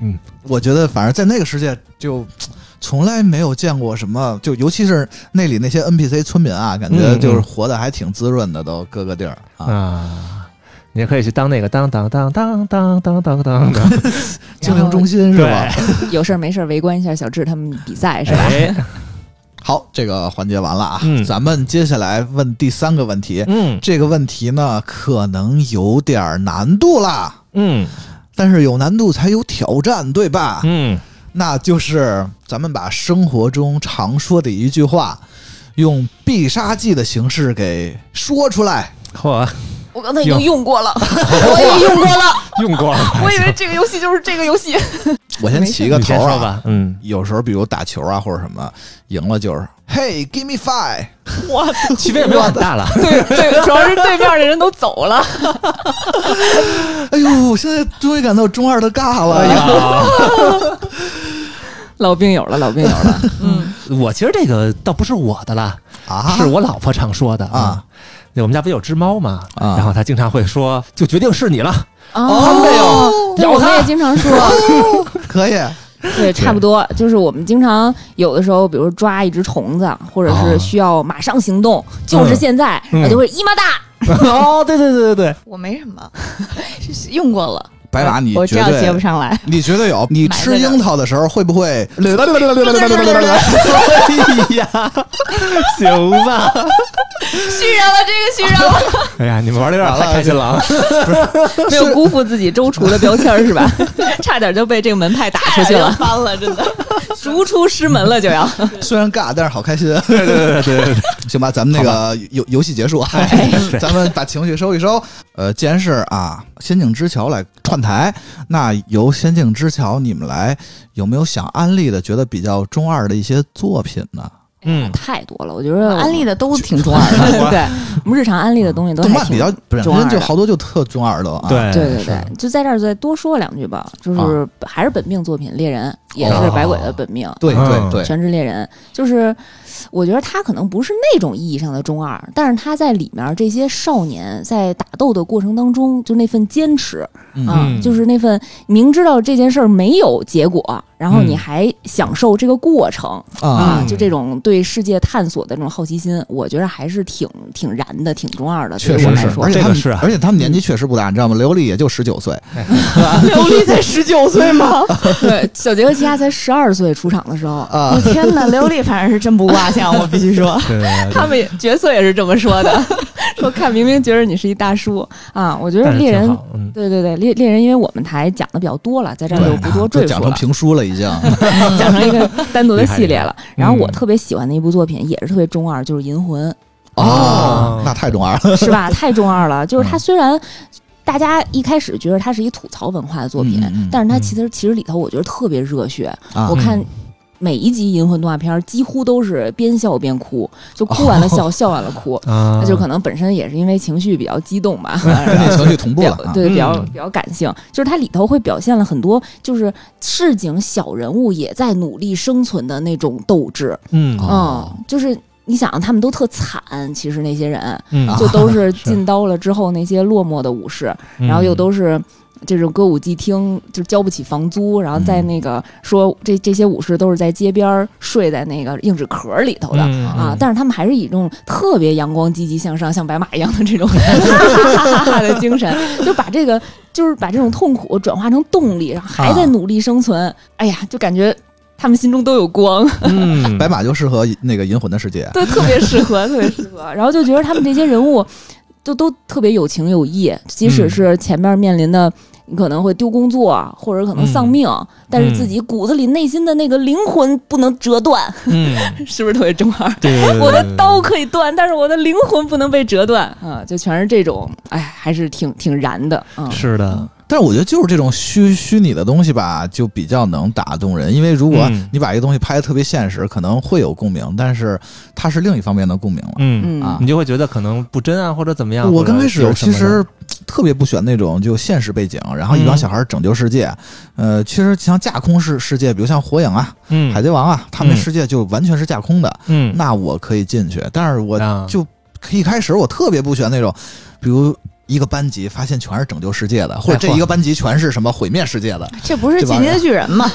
Speaker 1: 我，我觉得反正在那个世界就从来没有见过什么，就尤其是那里那些 NPC 村民啊，感觉
Speaker 4: 嗯嗯嗯
Speaker 1: 就是活得还挺滋润的，都各个地儿啊。
Speaker 4: 啊，你也可以去当那个当当当当当当当当当，
Speaker 1: 精灵中心是吧？
Speaker 5: 有事儿没事儿围观一下小智他们比赛是吧？
Speaker 4: 哎，
Speaker 1: 好，这个环节完了啊，
Speaker 4: 嗯
Speaker 1: 咱们接下来问第三个问题。
Speaker 4: 嗯
Speaker 1: 这个问题呢，可能有点难度啦，
Speaker 4: 嗯
Speaker 1: 但是有难度才有挑战，对吧？
Speaker 4: 嗯，
Speaker 1: 那就是咱们把生活中常说的一句话，用必杀技的形式给说出来。
Speaker 4: 嚯，
Speaker 3: 我刚才已
Speaker 4: 经
Speaker 3: 经用过了，我也用过了，
Speaker 4: 用过了，
Speaker 3: 我以为这个游戏就是这个游戏。
Speaker 1: 我先起一个
Speaker 4: 你
Speaker 1: 头
Speaker 4: 先说
Speaker 1: 啊，
Speaker 4: 吧，嗯，
Speaker 1: 有时候比如打球啊或者什么，赢了就是 Hey give me five，
Speaker 4: 区
Speaker 1: 哎
Speaker 4: 别没有很大了，
Speaker 3: 对 对，主要是对面的人都走了，
Speaker 1: 哎呦，现在终于感到中二的尬了。
Speaker 4: 哎
Speaker 3: 老病友了，老病友 了。嗯，
Speaker 4: 我其实这个倒不是我的啦，
Speaker 1: 啊，
Speaker 4: 是我老婆常说的嗯
Speaker 1: 啊。
Speaker 4: 对我们家不有只猫嘛，
Speaker 1: 啊
Speaker 4: 然后她经常会说，就决定是你了，
Speaker 3: 哦，没有，对，
Speaker 4: 咬
Speaker 3: 我们
Speaker 4: 他
Speaker 3: 也经常说，
Speaker 1: 可以，
Speaker 3: 对，差不多，就是我们经常有的时候，比如抓一只虫子，或者
Speaker 4: 哦
Speaker 3: 是需要马上行动，就是现在，
Speaker 4: 嗯
Speaker 3: 我就会一妈大。
Speaker 4: 哦，对对对对对，
Speaker 5: 我没什么， 是用过了。
Speaker 1: 白马你
Speaker 5: 我知
Speaker 1: 绝
Speaker 5: 道接不
Speaker 1: 对，
Speaker 5: 上来。
Speaker 1: 你绝对有。你
Speaker 5: 埋
Speaker 1: 吃
Speaker 5: 汰着
Speaker 1: 樱桃的时候会不会？
Speaker 4: 哎呀，行 吧，
Speaker 5: 续上了这个，续上了。
Speaker 4: 哎呀，你们玩的有点太开心了啊，
Speaker 3: 没有辜负自己周厨的标签儿是吧？ 差点就被这个门派打出去了，翻了，真的 逐出师门了就要。
Speaker 1: 虽然尬，但是好开心。对对对对对， 行吧，咱们那个游游戏结束啊，
Speaker 3: 哎
Speaker 1: 咱们把情绪收一收。呃，既然是啊，仙境之桥来串台，那由仙境之桥你们来，有没有想安利的，觉得比较中二的一些作品呢？
Speaker 4: 嗯，
Speaker 3: 太多了，我觉得
Speaker 5: 安利的都挺
Speaker 3: 中二的，对我们日常安利的东西都
Speaker 1: 动
Speaker 3: 还
Speaker 1: 漫
Speaker 3: 挺
Speaker 1: 比较不是，
Speaker 3: 中二
Speaker 1: 人
Speaker 3: 的
Speaker 1: 就好多就特中二的啊。，
Speaker 4: 对
Speaker 3: 对对
Speaker 4: 是
Speaker 3: 对，就在这儿再多说两句吧，就是还是本命作品《猎人》，也是百鬼的本命。
Speaker 1: 对
Speaker 4: 嗯
Speaker 1: 对对，
Speaker 3: 全职猎人就是，我觉得他可能不是那种意义上的中二，但是他在里面这些少年在打斗的过程当中，就那份坚持啊，
Speaker 4: 嗯
Speaker 3: 就是那份明知道这件事儿没有结果，然后你
Speaker 4: 嗯
Speaker 3: 还享受这个过程、
Speaker 1: 啊
Speaker 3: 啊，就这种对世界探索的这种好奇心，我觉得还是挺挺燃的，挺中二的。
Speaker 1: 确
Speaker 3: 对于我
Speaker 1: 实
Speaker 3: 来
Speaker 1: 是，
Speaker 3: 说
Speaker 1: 而且他
Speaker 4: 这
Speaker 1: 们
Speaker 4: 个是啊
Speaker 1: 而且他们年纪确实不大，你知道吗？刘丽也就十九岁，
Speaker 3: 刘丽才十九岁吗？ 对，小杰和奇亚才十二岁出场的时候，
Speaker 5: 我天哪，刘丽反正是真不挂相，我必须说。
Speaker 4: 啊 对啊对对
Speaker 3: 他们也角色也是这么说 的，说看明明觉得你是一大叔啊，我觉得
Speaker 4: 但是
Speaker 3: 猎
Speaker 4: 挺
Speaker 3: 人。
Speaker 4: 好，嗯，
Speaker 3: 对对对，猎猎人，因为我们台讲的比较多了，在这儿就
Speaker 1: 对，
Speaker 3: 不多
Speaker 4: 啊
Speaker 1: 就
Speaker 3: 赘
Speaker 1: 讲
Speaker 3: 述
Speaker 1: 成
Speaker 3: 了，
Speaker 1: 评书了已 经。啊
Speaker 3: 讲成一个单独的系列了。
Speaker 4: 厉害嗯
Speaker 3: 然后我特别喜欢的一部作品，也是特别中二，就是《银魂
Speaker 4: 哦
Speaker 1: 那太中二 了。》，
Speaker 3: 是 吧？太中二了。就
Speaker 1: 嗯
Speaker 3: 是它虽然大家一开始觉得它是一吐槽文化的作品，
Speaker 1: 嗯嗯嗯
Speaker 3: 但是它其实其实里头我觉得特别热血，
Speaker 1: 啊
Speaker 3: 我看每一集《银魂》动画片儿几乎都是边笑边哭，就哭完了笑，
Speaker 1: 哦
Speaker 3: 笑完了 哭。
Speaker 4: 啊
Speaker 1: 嗯
Speaker 3: 那就可能本身也是因为情绪比较激动吧，
Speaker 1: 跟你情绪同步
Speaker 3: 表
Speaker 1: 了啊。
Speaker 3: 对比较
Speaker 4: 嗯
Speaker 3: 比较感性，就是它里头会表现了很多就是市井小人物也在努力生存的那种斗志，
Speaker 4: 嗯
Speaker 1: 哦
Speaker 3: 嗯，就是你想他们都特惨，其实那些人
Speaker 4: 嗯，
Speaker 3: 就都是
Speaker 4: 是
Speaker 3: 进刀了之后那些落寞的武士，
Speaker 4: 嗯
Speaker 3: 然后又都是这种歌舞伎町，就交不起房租，然后在那个说这这些武士都是在街边儿睡在那个硬纸壳儿里头的。
Speaker 4: 嗯
Speaker 3: 啊
Speaker 4: 嗯，
Speaker 3: 但是他们还是以这种特别阳光、积极向上，像白马一样的这 种 哈哈哈哈的精神，就把这个就是把这种痛苦转化成动力，然后还
Speaker 4: 啊
Speaker 3: 在努力生存。哎呀，就感觉他们心中都有光。
Speaker 4: 嗯，
Speaker 1: 白马就适合那个银魂的世 界。
Speaker 3: 对，特别适合，特别适合。然后就觉得他们这些人物就都特别有情有义，即
Speaker 4: 嗯
Speaker 3: 使是前面面临的。你可能会丢工作，啊或者可能
Speaker 4: 嗯
Speaker 3: 丧命，但是自己骨子里内心的那个灵魂不能折断，
Speaker 4: 嗯，
Speaker 3: 是不是特别中二？
Speaker 4: 对，对
Speaker 3: 我的刀，可以断，但是我的灵魂不能被折断啊！就全是这种，哎，还是挺挺燃的，嗯
Speaker 4: 对对对，是的，
Speaker 1: 但是我觉得就是这种虚虚拟的东西吧，就比较能打动人。因为如果
Speaker 4: 嗯
Speaker 1: 你把一个东西拍的特别现实，可能会有共鸣，但是它是另一方面的共鸣了。
Speaker 4: 嗯，
Speaker 3: 嗯
Speaker 1: 啊
Speaker 4: 你就会觉得可能不真啊，或者怎么样。
Speaker 1: 我
Speaker 4: 或者
Speaker 1: 刚开始
Speaker 4: 有什
Speaker 1: 其
Speaker 4: 么
Speaker 1: 实特别不喜欢那种就现实背景，然后一帮
Speaker 4: 嗯
Speaker 1: 小孩拯救世界。呃，其实像架空世世界，比如像火影啊、
Speaker 4: 嗯
Speaker 1: 海贼王啊，他们
Speaker 4: 嗯
Speaker 1: 世界就完全是架空的，
Speaker 4: 嗯
Speaker 1: 那我可以进去。但是我
Speaker 4: 啊
Speaker 1: 就一开始我特别不喜欢那种，比如一个班级发现全是拯救世界
Speaker 4: 哎
Speaker 1: 的，或者这一个班级全是什么毁灭世界的。
Speaker 5: 这不是《进击的巨人》吗？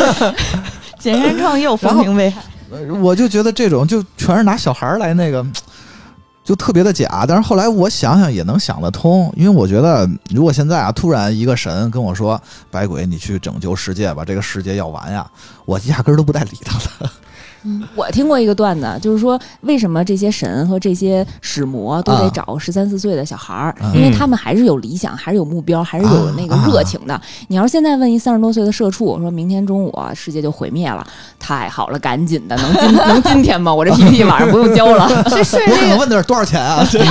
Speaker 5: 简山创业，风评被害。
Speaker 1: 呃我就觉得这种就全是拿小孩儿来那个。就特别的假。但是后来我想想也能想得通，因为我觉得如果现在啊，突然一个神跟我说：“白鬼，你去拯救世界吧，这个世界要完呀！”我压根儿都不带理他 了。
Speaker 3: 我听过一个段子，就是说为什么这些神和这些使魔都得
Speaker 1: 啊
Speaker 3: 找十三四岁的小孩儿、
Speaker 1: 嗯
Speaker 3: 因为他们还是有理想，还是有目标，还是有那个
Speaker 1: 啊
Speaker 3: 热情的。你要是现在问一三十多岁的社畜，说明天中午啊世界就毁灭了，太好了，赶紧的，能今 能今天吗？我这 PPT 晚上不用交了，
Speaker 5: 所以顺
Speaker 1: 我可能
Speaker 5: 利
Speaker 1: 问的是多少钱 啊？这个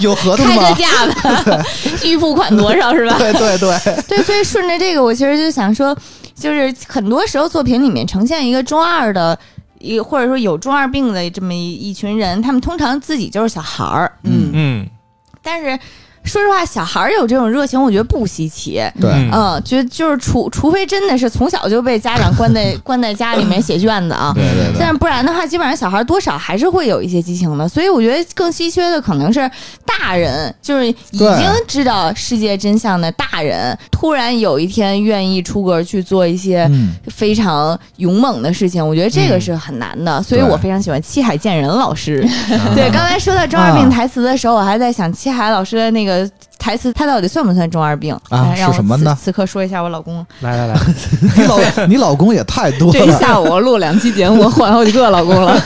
Speaker 1: 有合同
Speaker 3: 开
Speaker 1: 吗
Speaker 3: 个？价 吧，预付款多少是吧？
Speaker 1: 对对对，
Speaker 5: 对，所以顺着这个，我其实就想说，就是很多时候作品里面呈现一个中二的。一或者说有中二病的这么一一群人，他们通常自己就是小孩儿，
Speaker 1: 嗯，
Speaker 4: 嗯，
Speaker 5: 但是说实话，小孩儿有这种热情，我觉得不稀奇。
Speaker 1: 对，
Speaker 4: 嗯
Speaker 5: 嗯，觉得就是除除非真的是从小就被家长关在关在家里面写卷子啊，
Speaker 1: 对对对
Speaker 5: 但是不然的话，基本上小孩多少还是会有一些激情的。所以我觉得更稀缺的可能是大人，就是已经
Speaker 1: 对
Speaker 5: 知道世界真相的大人，突然有一天愿意出格去做一些。
Speaker 1: 嗯，
Speaker 5: 非常勇猛的事情，我觉得这个是很难的，所以我非常喜欢七海健人老师。 对，刚才说到中二病台词的时候，我还在想七海老师的那个台词，他到底算不算中二病
Speaker 1: 啊
Speaker 5: 哎让我
Speaker 1: 是什么呢
Speaker 5: 此此刻说一下我老公，
Speaker 4: 来来来，
Speaker 1: 你 老你老公也太多
Speaker 3: 这一
Speaker 1: 了，
Speaker 3: 下午录两期节目，换好几个老公了。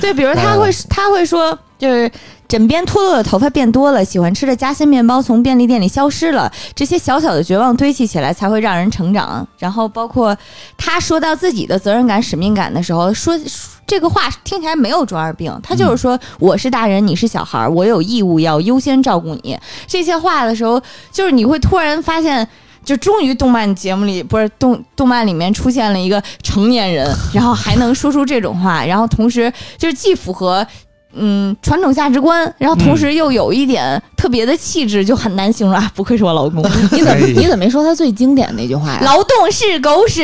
Speaker 5: 对，比如他
Speaker 1: 嗯
Speaker 5: 会他会说，就是枕边脱落的头发变多了，喜欢吃的夹心面包从便利店里消失了，这些小小的绝望堆砌起来才会让人成长。然后包括他说到自己的责任感、使命感的时候，说。说这个话听起来没有中二病，他
Speaker 1: 嗯
Speaker 5: 就是说、我是大人，你是小孩儿，我有义务要优先照顾你。这些话的时候，就是你会突然发现，就终于动漫节目里不是动动漫里面出现了一个成年人，然后还能说出这种话，然后同时就是既符合。嗯，传统价值观，然后同时又有一点特别的气质，就很难形容啊！不愧是 我老公，
Speaker 3: 你怎么你怎么没说他最经典那句话呀？
Speaker 5: 劳动是狗屎，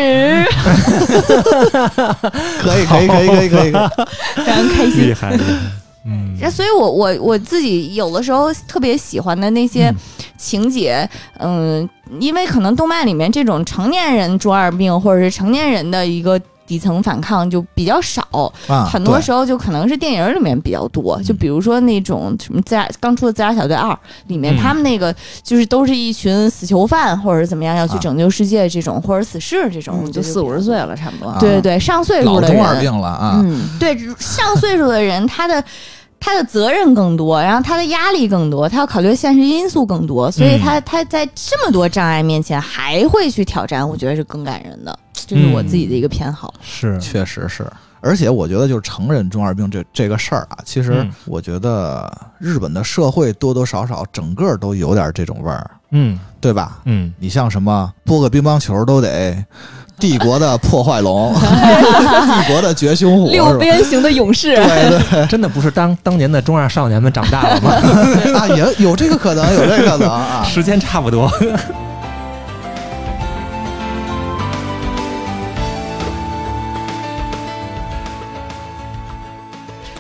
Speaker 1: 可以可以可以可以可以，
Speaker 5: 非常开心。
Speaker 4: 厉害厉害，嗯
Speaker 5: 那所以我，我我自己有的时候特别喜欢的那些情节，嗯、因为可能动漫里面这种成年人中二病或者是成年人的一个底层反抗就比较少，
Speaker 1: 啊，
Speaker 5: 很多
Speaker 1: 对嗯
Speaker 5: 时候就可能是电影里面比较多。就比如说那种什么自杀刚出的《自杀小队二》里
Speaker 4: 嗯
Speaker 5: 面，他们那个就是都是一群死囚犯或者是怎么样要去
Speaker 1: 啊
Speaker 5: 拯救世界这种，或者死士这种，
Speaker 3: 嗯，
Speaker 5: 我
Speaker 3: 就
Speaker 5: 觉得
Speaker 3: 四五十岁了，差不多。
Speaker 1: 啊
Speaker 5: 对对对，上岁数
Speaker 1: 老
Speaker 5: 的人
Speaker 1: 中二病了啊，
Speaker 3: 嗯，
Speaker 5: 对上岁数的人，他的他的责任更多，然后他的压力更多，他要考虑现实因素更多，所以
Speaker 1: 嗯
Speaker 5: 他、他在这么多障碍面前还会去挑战，我觉得是更感人的，这是我
Speaker 1: 嗯
Speaker 5: 自己的一个偏好。
Speaker 4: 是
Speaker 1: 确实是。而且我觉得，就是承认中二病这这个事儿啊，其实
Speaker 4: 嗯
Speaker 1: 我觉得日本的社会多多少少整个都有点这种味儿，
Speaker 4: 嗯
Speaker 1: 对吧？
Speaker 4: 嗯，
Speaker 1: 你像什么拨个乒乓球都得帝国的破坏 龙，帝国的绝凶虎，
Speaker 3: 六
Speaker 1: 是吧？
Speaker 3: 边形的勇士，
Speaker 4: 真的不是当当年的中二少年们长大了 吗？
Speaker 1: 啊，也有这个可能，有这个可能啊。
Speaker 4: 时间差不多。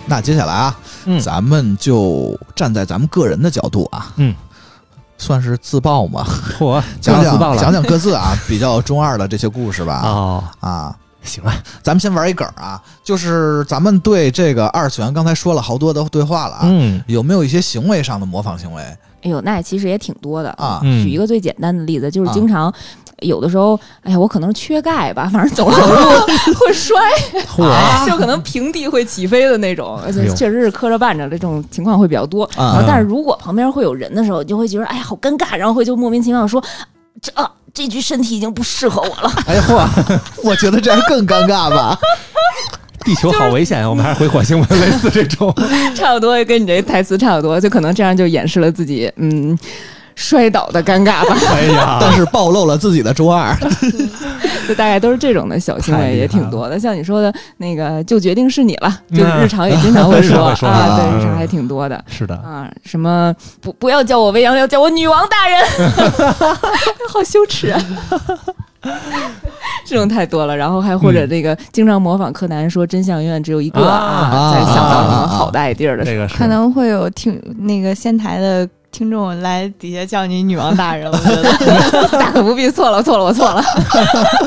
Speaker 1: 那接下来啊，
Speaker 4: 嗯
Speaker 1: 咱们就站在咱们个人的角度啊，
Speaker 4: 嗯，
Speaker 1: 算是自曝 嘛，
Speaker 4: 嚯，
Speaker 1: 讲
Speaker 4: 自
Speaker 1: 讲
Speaker 4: 爆了，
Speaker 1: 讲讲各自啊 比较中二的这些故事吧。
Speaker 4: 哦，
Speaker 1: 啊，
Speaker 4: 行啊，
Speaker 1: 咱们先玩一梗儿啊，就是咱们对这个二次元刚才说了好多的对话了啊，
Speaker 4: 嗯
Speaker 1: 有没有一些行为上的模仿行为
Speaker 3: 哎呦，那其实也挺多的
Speaker 1: 啊
Speaker 4: 嗯
Speaker 3: 举一个最简单的例子，就是
Speaker 1: 啊
Speaker 3: 经常有的时候，哎呀，我可能缺钙吧，反正走走路会摔，
Speaker 4: 嚯，
Speaker 1: 啊
Speaker 3: 就可能平地会起飞的那种，而且
Speaker 4: 哎呦嗯
Speaker 3: 确实是磕着绊着的这种情况会比较多。然
Speaker 1: 啊
Speaker 3: 后，？但是如果旁边会有人的时候，你就会觉得哎呀好尴尬，然后会就莫名其妙地说这、啊、这具身体已经不适合 我了。
Speaker 1: 哎嚯，我觉得这样更尴尬 吧？
Speaker 4: 地球好危险啊！我们还是回火星 吧，类似这种。
Speaker 3: 差不多跟你这台词差不多，就可能这样就掩饰了自己嗯摔倒的尴尬吧，
Speaker 4: 哎呀，
Speaker 1: 但是暴露了自己的中二，
Speaker 3: 就大概都是这种的小行
Speaker 4: 太厉
Speaker 3: 为也
Speaker 4: 害
Speaker 3: 挺
Speaker 4: 了
Speaker 3: 多的。像你说的那个，就决定是你了，就
Speaker 4: 嗯
Speaker 3: 日常也经常会
Speaker 4: 日常
Speaker 3: 说
Speaker 4: 会说
Speaker 3: 啊，
Speaker 1: 啊
Speaker 3: 对，日常
Speaker 4: 嗯
Speaker 3: 还挺多的。
Speaker 4: 是的，
Speaker 3: 啊，什么不不要叫我未央，要叫我女王大人， 好羞耻啊！ 这种太多了，然后还或者这个经常模仿柯南说真相永远只有一个
Speaker 4: 嗯啊
Speaker 3: 啊，在想到什么
Speaker 1: 啊
Speaker 3: 好的 idea 的时
Speaker 4: 这
Speaker 3: 候，
Speaker 4: 个是
Speaker 5: 可能会有听那个仙台的听众来底下叫你女王大人，我觉得
Speaker 3: 大 可不必，错了错了，我错了，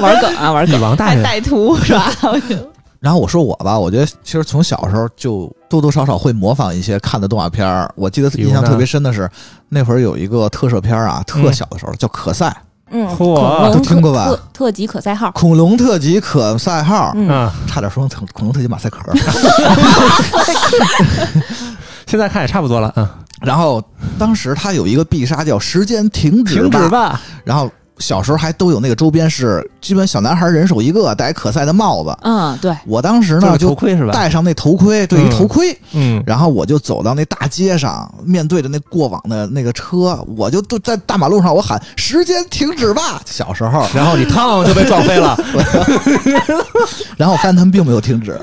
Speaker 3: 玩梗啊玩梗。
Speaker 4: 女王大
Speaker 5: 还
Speaker 4: 人
Speaker 5: 歹徒是吧？我觉得
Speaker 1: 然后我说我吧，我觉得其实从小时候就多多少少会模仿一些看的动画片儿。我记得
Speaker 4: 比如
Speaker 1: 印
Speaker 4: 呢
Speaker 1: 象特别深的是，那会儿有一个特摄片儿啊，特
Speaker 4: 嗯
Speaker 1: 小的时候叫《可赛
Speaker 3: 嗯，
Speaker 4: 嚯
Speaker 3: 恐龙
Speaker 1: 都听过吧
Speaker 3: 特特特级可赛号》，，
Speaker 1: 恐龙特级可赛号，
Speaker 3: 嗯，
Speaker 4: 啊，
Speaker 1: 差点说成恐龙特级马赛克。
Speaker 4: 现在看也差不多了啊，
Speaker 1: 然后当时它有一个必杀叫“时间停止
Speaker 4: 停
Speaker 1: 吧”，
Speaker 4: 止吧，
Speaker 1: 然后小时候还都有那个周边是，基本小男孩人手一个，戴可赛的帽子。
Speaker 3: 嗯，对，
Speaker 1: 我当时
Speaker 4: 就是
Speaker 1: 呢
Speaker 4: 头
Speaker 1: 就
Speaker 4: 盔是吧？
Speaker 1: 戴上那头盔，对一
Speaker 4: 嗯
Speaker 1: 头盔，
Speaker 4: 嗯，
Speaker 1: 然后我就走到那大街上，面对着那过往的那个车，我就都在大马路上我喊“时间停止吧”。小时候，
Speaker 4: 然后你嘡就被撞飞了，
Speaker 1: 然后我发现他们并没有停止。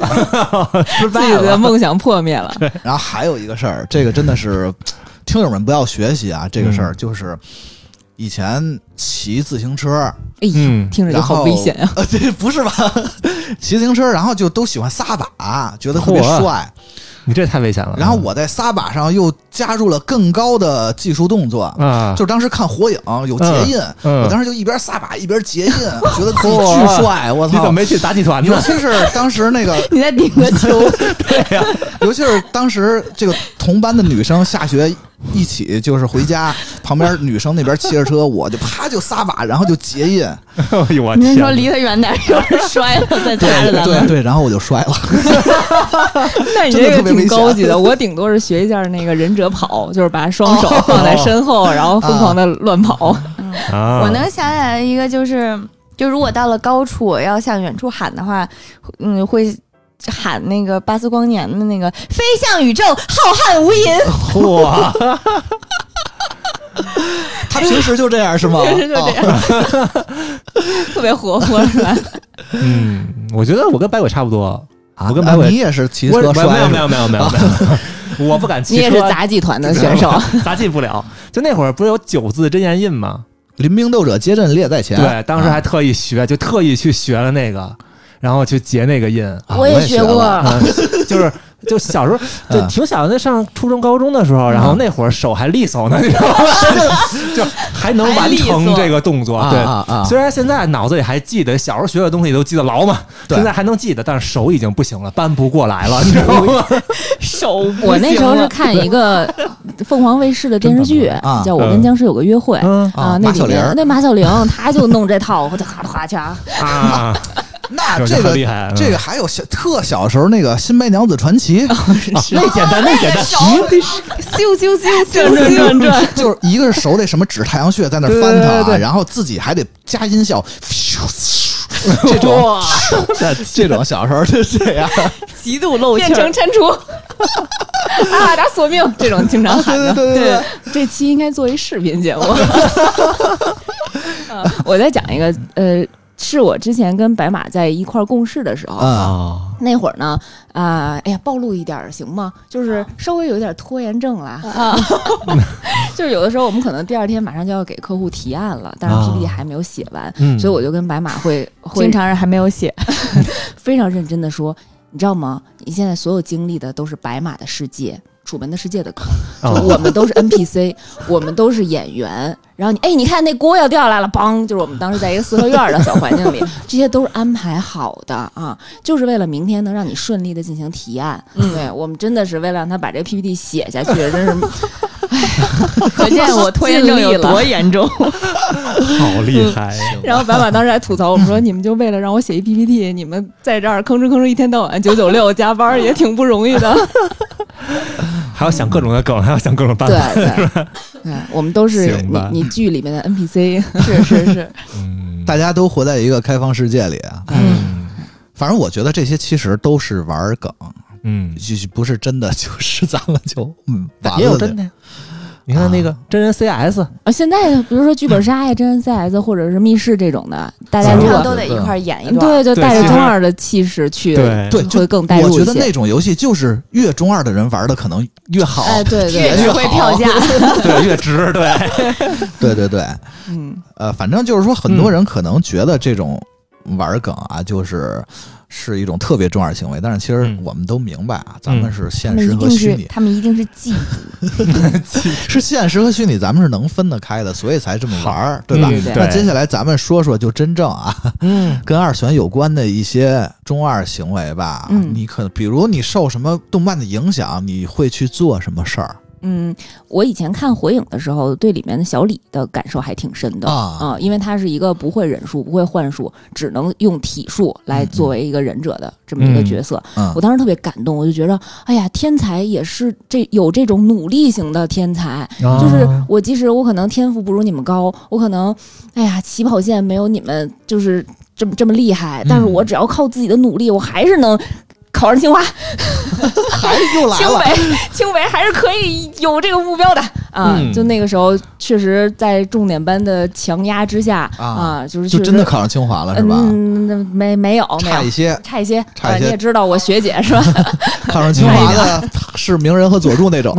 Speaker 4: 失
Speaker 3: 自
Speaker 4: 败
Speaker 3: 己的
Speaker 4: 了。
Speaker 3: 梦想破灭了，
Speaker 1: 然后还有一个事儿，这个真的是听友们不要学习啊，这个事
Speaker 4: 嗯
Speaker 1: 儿就是。以前骑自行车，
Speaker 3: 哎呦，
Speaker 4: 嗯，
Speaker 3: 听着就
Speaker 1: 然后
Speaker 3: 好危险啊！！
Speaker 1: 呃，这不是吧？ 骑自行车，然后就都喜欢撒把，觉得特别
Speaker 4: 嚯嗯
Speaker 1: 帅。
Speaker 4: 你这太危险了。
Speaker 1: 然后我在撒把上又加入了更高的技术动作，
Speaker 4: 啊，
Speaker 1: 就当时看《火影》有结印，
Speaker 4: 嗯嗯
Speaker 1: 我当时就一边撒把一边 结印，觉得自己巨帅，我
Speaker 4: 你怎
Speaker 1: 操
Speaker 4: 么！没去打集团 呢
Speaker 1: 尤？其是当时 那个，啊
Speaker 3: 你再顶个 球，
Speaker 1: 尤其是当时这个同班的女生下学一起就是回家，旁边女生那边骑着车，我就啪就撒把，然后就结印，
Speaker 4: 哎呦我
Speaker 3: 您
Speaker 4: 天
Speaker 3: 说！离他远点儿，有
Speaker 11: 嗯
Speaker 3: 人摔 了 再砸着咱
Speaker 1: 对
Speaker 3: 们。
Speaker 1: 对，然后我就摔了。
Speaker 3: 那你
Speaker 1: 真的
Speaker 3: 这个
Speaker 1: 特别危险
Speaker 3: 挺高级的，我顶多是学一下那个忍者跑， 就是把双
Speaker 5: 哦
Speaker 3: 手放在身后， 然后疯狂的乱跑。
Speaker 11: 嗯
Speaker 4: 啊，
Speaker 5: 我能想起来一个，就是就如果到了高处，我要向远处喊的话，嗯，会喊那个巴斯光年的那个“飞向宇宙，浩瀚无垠
Speaker 4: 嚯，
Speaker 1: 他平时就这样是吗？
Speaker 5: 哦
Speaker 3: 确 实就这 样，特别活泼是吧？
Speaker 4: 嗯，我觉得我跟白鬼差不多。
Speaker 1: 啊
Speaker 4: 哦我跟
Speaker 1: 那
Speaker 4: 白鬼
Speaker 1: 你也是骑
Speaker 4: 我
Speaker 1: 车
Speaker 4: 我
Speaker 1: 摔
Speaker 4: 没有
Speaker 1: 是
Speaker 4: 没
Speaker 1: 吧
Speaker 4: 有没有没有没有，我不敢骑
Speaker 3: 你
Speaker 4: 车。
Speaker 3: 也是杂技团的选手，
Speaker 4: 杂技不了。就那会儿不是有九字真言印吗？
Speaker 1: 临兵斗者皆阵列在前。
Speaker 4: 对，当时还
Speaker 1: 啊
Speaker 4: 特意学，就特意去学了那个，然后去结那个印。
Speaker 1: 啊
Speaker 5: 我
Speaker 1: 也
Speaker 5: 也学过
Speaker 1: 了
Speaker 4: 啊，就是就小时候就
Speaker 1: 嗯
Speaker 4: 挺小的，那上初中高中的时候，然后那会儿手还利索呢，你知道吗？就就还能完成这个动作，
Speaker 1: 啊
Speaker 4: 对。
Speaker 1: 啊啊！
Speaker 4: 虽然现在脑子里还记得小时候学的东西都记得牢嘛，
Speaker 1: 对
Speaker 4: 现在还能记得，但是手已经不行了，搬不过来了，你知道吗？
Speaker 3: 手不
Speaker 11: 我那时候
Speaker 3: 行
Speaker 11: 是
Speaker 3: 了
Speaker 11: 看一个 凤凰卫视的电视剧
Speaker 1: 真的吗啊，
Speaker 11: 叫《我跟僵尸有个约会》
Speaker 4: 嗯
Speaker 1: 啊
Speaker 11: 啊，那
Speaker 1: 马
Speaker 11: 里
Speaker 1: 小玲儿
Speaker 11: 面那马小玲她就弄这套，我就咔咔嚓，
Speaker 4: 啊，
Speaker 1: 那
Speaker 4: 手
Speaker 1: 这
Speaker 4: 就很
Speaker 1: 个
Speaker 4: 厉害，嗯哦
Speaker 1: 这个还有小特小时候那个《新白娘子传奇》，啊
Speaker 4: 那简单，那简 单，
Speaker 5: 咻咻咻咻
Speaker 3: 转转
Speaker 5: 咻
Speaker 3: 转转，
Speaker 1: 就是一个是手得什么指太阳穴在那儿翻腾啊，
Speaker 4: 对对对
Speaker 1: 然后自己还得加音效，这种 这种小时候就这样，
Speaker 3: 极度露变成蟾 蜍啊，点索命这种经常喊的。
Speaker 1: 啊对对对对
Speaker 3: 这期应该做一视 频节目。啊我再讲一个，呃，是我之前跟白马在一块儿共事的时候，
Speaker 1: 嗯，
Speaker 3: 那会儿呢，啊、哎呀，暴露一点儿行吗？就是稍微有点拖延症啦，啊， 就是有的时候我们可能第二天马上就要给客户提案了，但是
Speaker 4: 啊
Speaker 3: PPT 还没有写完，
Speaker 4: 嗯
Speaker 3: 所以我就跟白马会会
Speaker 5: 经常人还没有写，
Speaker 3: 非常认真的说，你知道吗？你现在所有经历的都是白马的世界。楚门的世界的歌，就
Speaker 5: 哦
Speaker 4: 啊
Speaker 3: 我们都是 NPC，我们都是演员。然后你，哎，你看那锅要掉下来了，梆！就是我们当时在一个四合院儿的小环 境里，这些都是安排好的啊，就是为了明天能让你顺利的进行提案。
Speaker 5: 嗯
Speaker 3: 对我们真的是为了让他把这 PPT 写下去，真是 哎
Speaker 5: 可见 我拖延症有多严重。
Speaker 4: 好厉害呀，
Speaker 3: 然后白马当时还吐槽我们说：“ 你们就为了让我写一 PPT，你们在这儿吭哧吭哧一天到晚九九六加班儿也挺不容易的。
Speaker 4: 还要想各种的梗，还要想各种”办
Speaker 3: 对
Speaker 4: 法。
Speaker 3: 对对，我们都是
Speaker 4: 啊行
Speaker 3: 你
Speaker 4: 吧
Speaker 3: 你剧里面的 NPC，是是是，
Speaker 4: 嗯
Speaker 1: 大家都活在一个开放世界里啊。反正我觉得这些其实都是玩儿梗，
Speaker 4: 嗯，
Speaker 1: 就是不是真的，就是咱们就嗯完
Speaker 4: 也有
Speaker 1: 了
Speaker 4: 真
Speaker 1: 的。
Speaker 4: 的呀。你看那个真人 CS，
Speaker 3: 啊，现在比如说剧本杀呀、真人 CS 或者是密室这种的，大家
Speaker 5: 经
Speaker 3: 如
Speaker 11: 啊
Speaker 5: 常
Speaker 3: 果
Speaker 5: 都得一块儿演一段。
Speaker 3: 对，就
Speaker 4: 对
Speaker 3: 带
Speaker 4: 其
Speaker 3: 着
Speaker 4: 实
Speaker 3: 中二的气势去，
Speaker 4: 对
Speaker 1: 对就
Speaker 3: 会更带
Speaker 1: 我
Speaker 3: 入
Speaker 1: 觉
Speaker 3: 一
Speaker 1: 得那
Speaker 3: 些。
Speaker 1: 种游戏就是越中二的人玩的可能越好，
Speaker 3: 哎，对
Speaker 5: 越
Speaker 3: 对，
Speaker 5: 只会 票价，
Speaker 4: 对，越值， 对，
Speaker 1: 对对对，
Speaker 3: 嗯，
Speaker 1: 呃，反正就是说，很多人可能觉得这种玩梗啊，就是是一种特别中二行为，但是其实
Speaker 4: 嗯
Speaker 1: 我们都明白啊，咱们是
Speaker 5: 他
Speaker 1: 现
Speaker 5: 们
Speaker 1: 实
Speaker 5: 一
Speaker 1: 和
Speaker 5: 定
Speaker 1: 虚
Speaker 5: 是
Speaker 1: 拟，
Speaker 5: 他们一定是 嫉妒，
Speaker 1: 是现实和虚拟，咱们是能分得开的，所以才这么玩儿，对吧？
Speaker 4: 嗯
Speaker 1: 那接下来咱们说说就真正啊，
Speaker 4: 嗯，
Speaker 1: 跟二次元有关的一些中二行为吧。
Speaker 3: 嗯
Speaker 1: 你可比如你受什么动漫的影响，你会去做什么事儿
Speaker 3: 嗯，我以前看《火影》的时候，对里面的小李的感受还挺深的
Speaker 1: 啊
Speaker 3: 因为他是一个不会忍术、不会幻术，只能用体术来作为一个忍者的这么一个角色。
Speaker 1: 嗯
Speaker 3: 我当时特别感动，我就觉得，哎呀，天才也是这有这种努力型的天才，
Speaker 1: 啊
Speaker 3: 就是
Speaker 4: 啊
Speaker 3: 我即使我可能天赋不如你们高，我可能，哎呀，起跑线没有你们就是这么这么厉害，
Speaker 1: 嗯
Speaker 3: 但是我只要靠自己的努力，我还是能考上清华。
Speaker 1: 又来
Speaker 3: 清
Speaker 1: 了，
Speaker 3: 北，清北还是可以有这个目标的啊！
Speaker 4: 嗯
Speaker 3: 就那个时候，确实在重点班的强压之下
Speaker 1: 啊
Speaker 3: 就是
Speaker 1: 就
Speaker 3: 确实
Speaker 1: 真的考上清华了是吧？
Speaker 3: 嗯，那没没有没
Speaker 1: 差一
Speaker 3: 有，
Speaker 1: 些，
Speaker 3: 差一些，
Speaker 1: 差一
Speaker 3: 啊
Speaker 1: 些
Speaker 3: 你也知道我学姐 是吧？
Speaker 1: 考上清华的 是名人和佐助那种。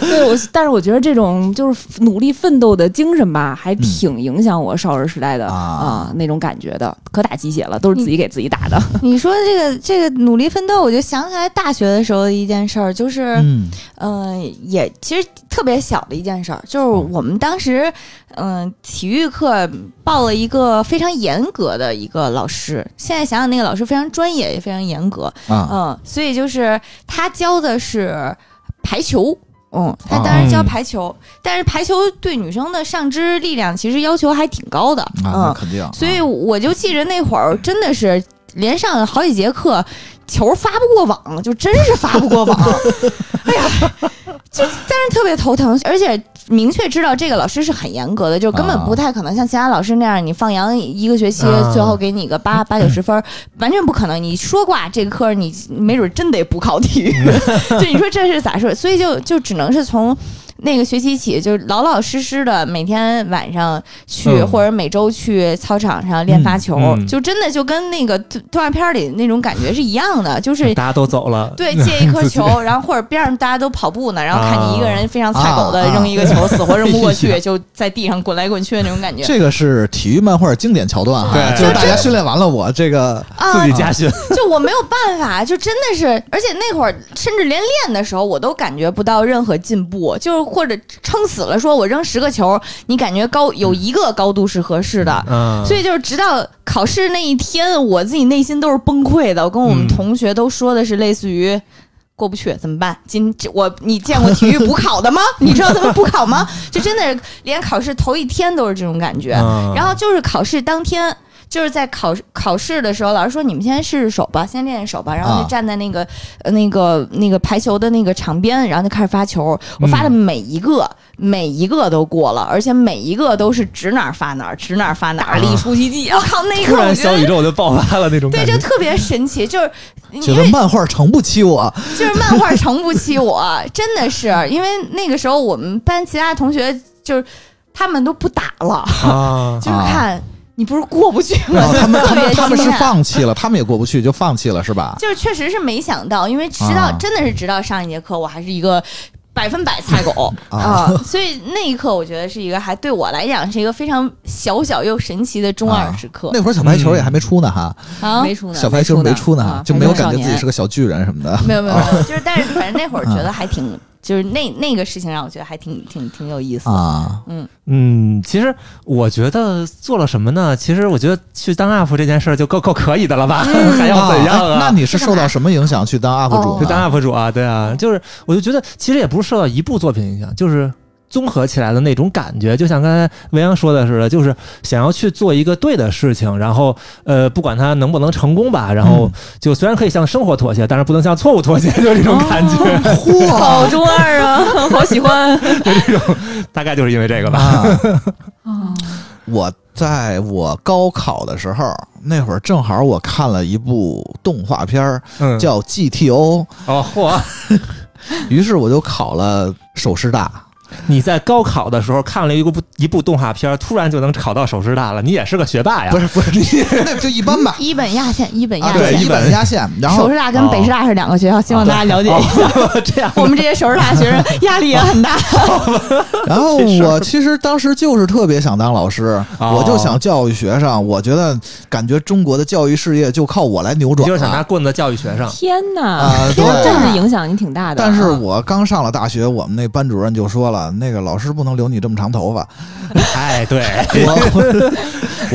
Speaker 3: 对我，但是我觉得这种就是努力奋斗的精神吧，还挺影响我少儿时代的
Speaker 1: 啊
Speaker 3: 啊那种感觉的，可打鸡血了，都是自己给自己打的。
Speaker 5: 你说这个这个努力奋斗，我就想起来大学的时候的一件事儿，就是
Speaker 1: 嗯
Speaker 5: 嗯、呃也其实特别小的一件事儿，就是我们当时嗯、呃体育课报了一个非常严格的一个老师，现在想想那个老师非常专业，也非常严格，
Speaker 1: 啊，
Speaker 5: 嗯，所以就是他教的是排球。嗯，他
Speaker 1: 啊
Speaker 5: 当时教排球，但是排球对女生的上肢力量其实要求还挺高的。
Speaker 1: 啊
Speaker 5: 嗯
Speaker 1: 那，肯定。
Speaker 5: 所以我就记着那会儿真的是连上了好几节课，球发不过网，就真是发不 过网。哎呀，就但是特别头疼，而且明确知道这个老师是很严格的，就根本
Speaker 1: 啊
Speaker 5: 不太可能像其他老师那样，你放羊一个学期，
Speaker 4: 啊
Speaker 5: 最后给你个 八八九十分儿，完全不可能。你说挂这个课，你没准真得补考 体育。就你说这是咋说？所以就就只能是从。那个学期起，就老老实实的，每天晚上去、
Speaker 4: 嗯
Speaker 5: 或者每周去操场上练发球，
Speaker 4: 嗯嗯
Speaker 5: 就真的就跟那个动动画片里那种感觉是一样的， 就是
Speaker 4: 大家都走了，
Speaker 5: 对，借一颗
Speaker 4: 自己
Speaker 5: 球，然后或者边上大家都跑步呢，然后看你一个人非常菜狗的
Speaker 1: 啊啊
Speaker 5: 扔一个球，死活扔不过
Speaker 1: 哎呀
Speaker 5: 去，就在地上滚来滚去的那种感觉
Speaker 1: 这个是体育漫画经典桥段哈，
Speaker 4: 对
Speaker 1: 就是大家训练完了，我这个
Speaker 5: 啊
Speaker 4: 自！己加薪，
Speaker 5: 就我没有办法，就真的是，而且那会儿甚至连练的时候，我都感觉不到任何进步，就是或者撑死了说我扔十个球，你感觉高有一个高度是合适的，
Speaker 4: 嗯，
Speaker 5: 所
Speaker 4: 以
Speaker 5: 以就是直到考试那一天，我自己内心都是崩溃的。我跟我们
Speaker 4: 嗯
Speaker 5: 同学都说的是类似于。过不去怎么办？今这我你见过体育补考的吗？你知道怎么补考吗？ 就真的是连考试头一天都是这种感觉。
Speaker 4: 嗯啊
Speaker 5: 然后就是考试当天，就是在考试考试的时候，老师说你们先试试手吧，先练练手吧。然后
Speaker 1: 啊
Speaker 4: 嗯
Speaker 5: 就站在那个、呃那个那个排球的那个场边，然后就开始发球。我发
Speaker 4: 嗯
Speaker 5: 的每一个、每一个都过了，而且每一个都是指哪儿发哪儿，指哪儿发哪儿。
Speaker 3: 力出 奇迹
Speaker 5: 我！靠，那一
Speaker 4: 嗯突
Speaker 5: 刻
Speaker 4: 然
Speaker 5: 我觉
Speaker 4: 小
Speaker 5: 得
Speaker 4: 宇宙就爆发了那种
Speaker 5: 对，
Speaker 4: 感
Speaker 5: 就
Speaker 4: 觉，
Speaker 5: 特别神奇，就是
Speaker 1: 觉
Speaker 5: 因
Speaker 1: 得
Speaker 5: 为
Speaker 1: 漫画成不欺我，
Speaker 5: 就是漫画撑不起我，真的是因为那个时候我们班其他同学就是他们都不打了，
Speaker 4: 啊，
Speaker 5: 就是看、你不是过不去吗？
Speaker 1: 然后他们
Speaker 5: 特
Speaker 1: 他
Speaker 5: 别
Speaker 1: 们他们是
Speaker 5: 惊讶
Speaker 1: 放弃了，他们也过不去，就放弃了是吧？
Speaker 5: 就是确实是没想到，因为直到、
Speaker 1: 啊
Speaker 5: 真的是直到上一节课，我还是一个百分百菜狗
Speaker 1: 啊
Speaker 5: 啊、所以那一刻我觉得是一个还对我来讲是一个非常小小又神奇的中二
Speaker 1: 啊
Speaker 5: 时刻
Speaker 1: 那会儿小排
Speaker 4: 嗯
Speaker 1: 球也还没出呢哈，
Speaker 5: 啊。
Speaker 3: 没出呢，
Speaker 1: 小排球没出呢哈，
Speaker 3: 啊
Speaker 1: 就没有感觉自己是
Speaker 3: 个
Speaker 1: 个小巨人什么 的。
Speaker 5: 没有没有，没有，啊就是但是反正那会儿觉得还挺，就是那那个事情让我觉得还挺挺挺有意思的。
Speaker 1: 啊，
Speaker 4: 嗯，其实我觉得做了什么呢？其实我觉得去当 UP 这件事儿就够够可以的了吧， 还要怎样
Speaker 1: 哎那
Speaker 4: 啊？
Speaker 1: 你是受到什么影响去当 UP 主
Speaker 4: 就
Speaker 1: 呢？
Speaker 4: 当 UP 主啊，对啊，就是我就觉得其实也不是受到一部作品影响，就是综合起来的那种感觉，就像刚才维阳说的似的，就是想要去做一个对的事情，然后呃，不管它能不能成功吧，然后
Speaker 1: 嗯
Speaker 4: 就虽然可以向生活妥协，但是不能向错误妥协， 就是这种感觉，
Speaker 1: 嚯
Speaker 3: 好中二 啊，好喜欢。
Speaker 4: 大概就是因为这个吧。
Speaker 1: 啊！
Speaker 3: 哦
Speaker 1: 我在我高考的时候，那会儿正好我看了一部动画片儿
Speaker 4: 嗯，
Speaker 1: 叫 GTO，
Speaker 4: 哦嚯
Speaker 1: 于是我就考了首师大。
Speaker 4: 你在高考的时候看了一部一部动画片，突然就能考到首师大了，你也是个学哎霸呀
Speaker 1: 不。是不是， 你那就一般吧。
Speaker 5: 一本压线，一本
Speaker 1: 啊，
Speaker 5: 压
Speaker 1: 对，
Speaker 5: 线。
Speaker 1: 一本压线，然后哦
Speaker 5: 首师大跟北师大是两个学校，希望大家了解一下。
Speaker 4: 这样
Speaker 5: 我们这些首师大学生压力也很
Speaker 3: 啊
Speaker 5: 大。
Speaker 1: 然后我其实当时就是特别想当老师，
Speaker 4: 哦
Speaker 1: 我就想教育学生，我觉得感觉中国的教育事业就靠我来啊扭
Speaker 4: 你
Speaker 1: 转了，
Speaker 4: 就是想拿啊棍子教育学 生，
Speaker 3: 天哪，
Speaker 1: 啊，
Speaker 3: 这
Speaker 1: 对。
Speaker 3: 政治影响你挺大的啊。
Speaker 1: 但是我刚上了大学，我们那班主任就说了，那个老师不能留你这么长头发，
Speaker 4: 哎， 对，
Speaker 1: 我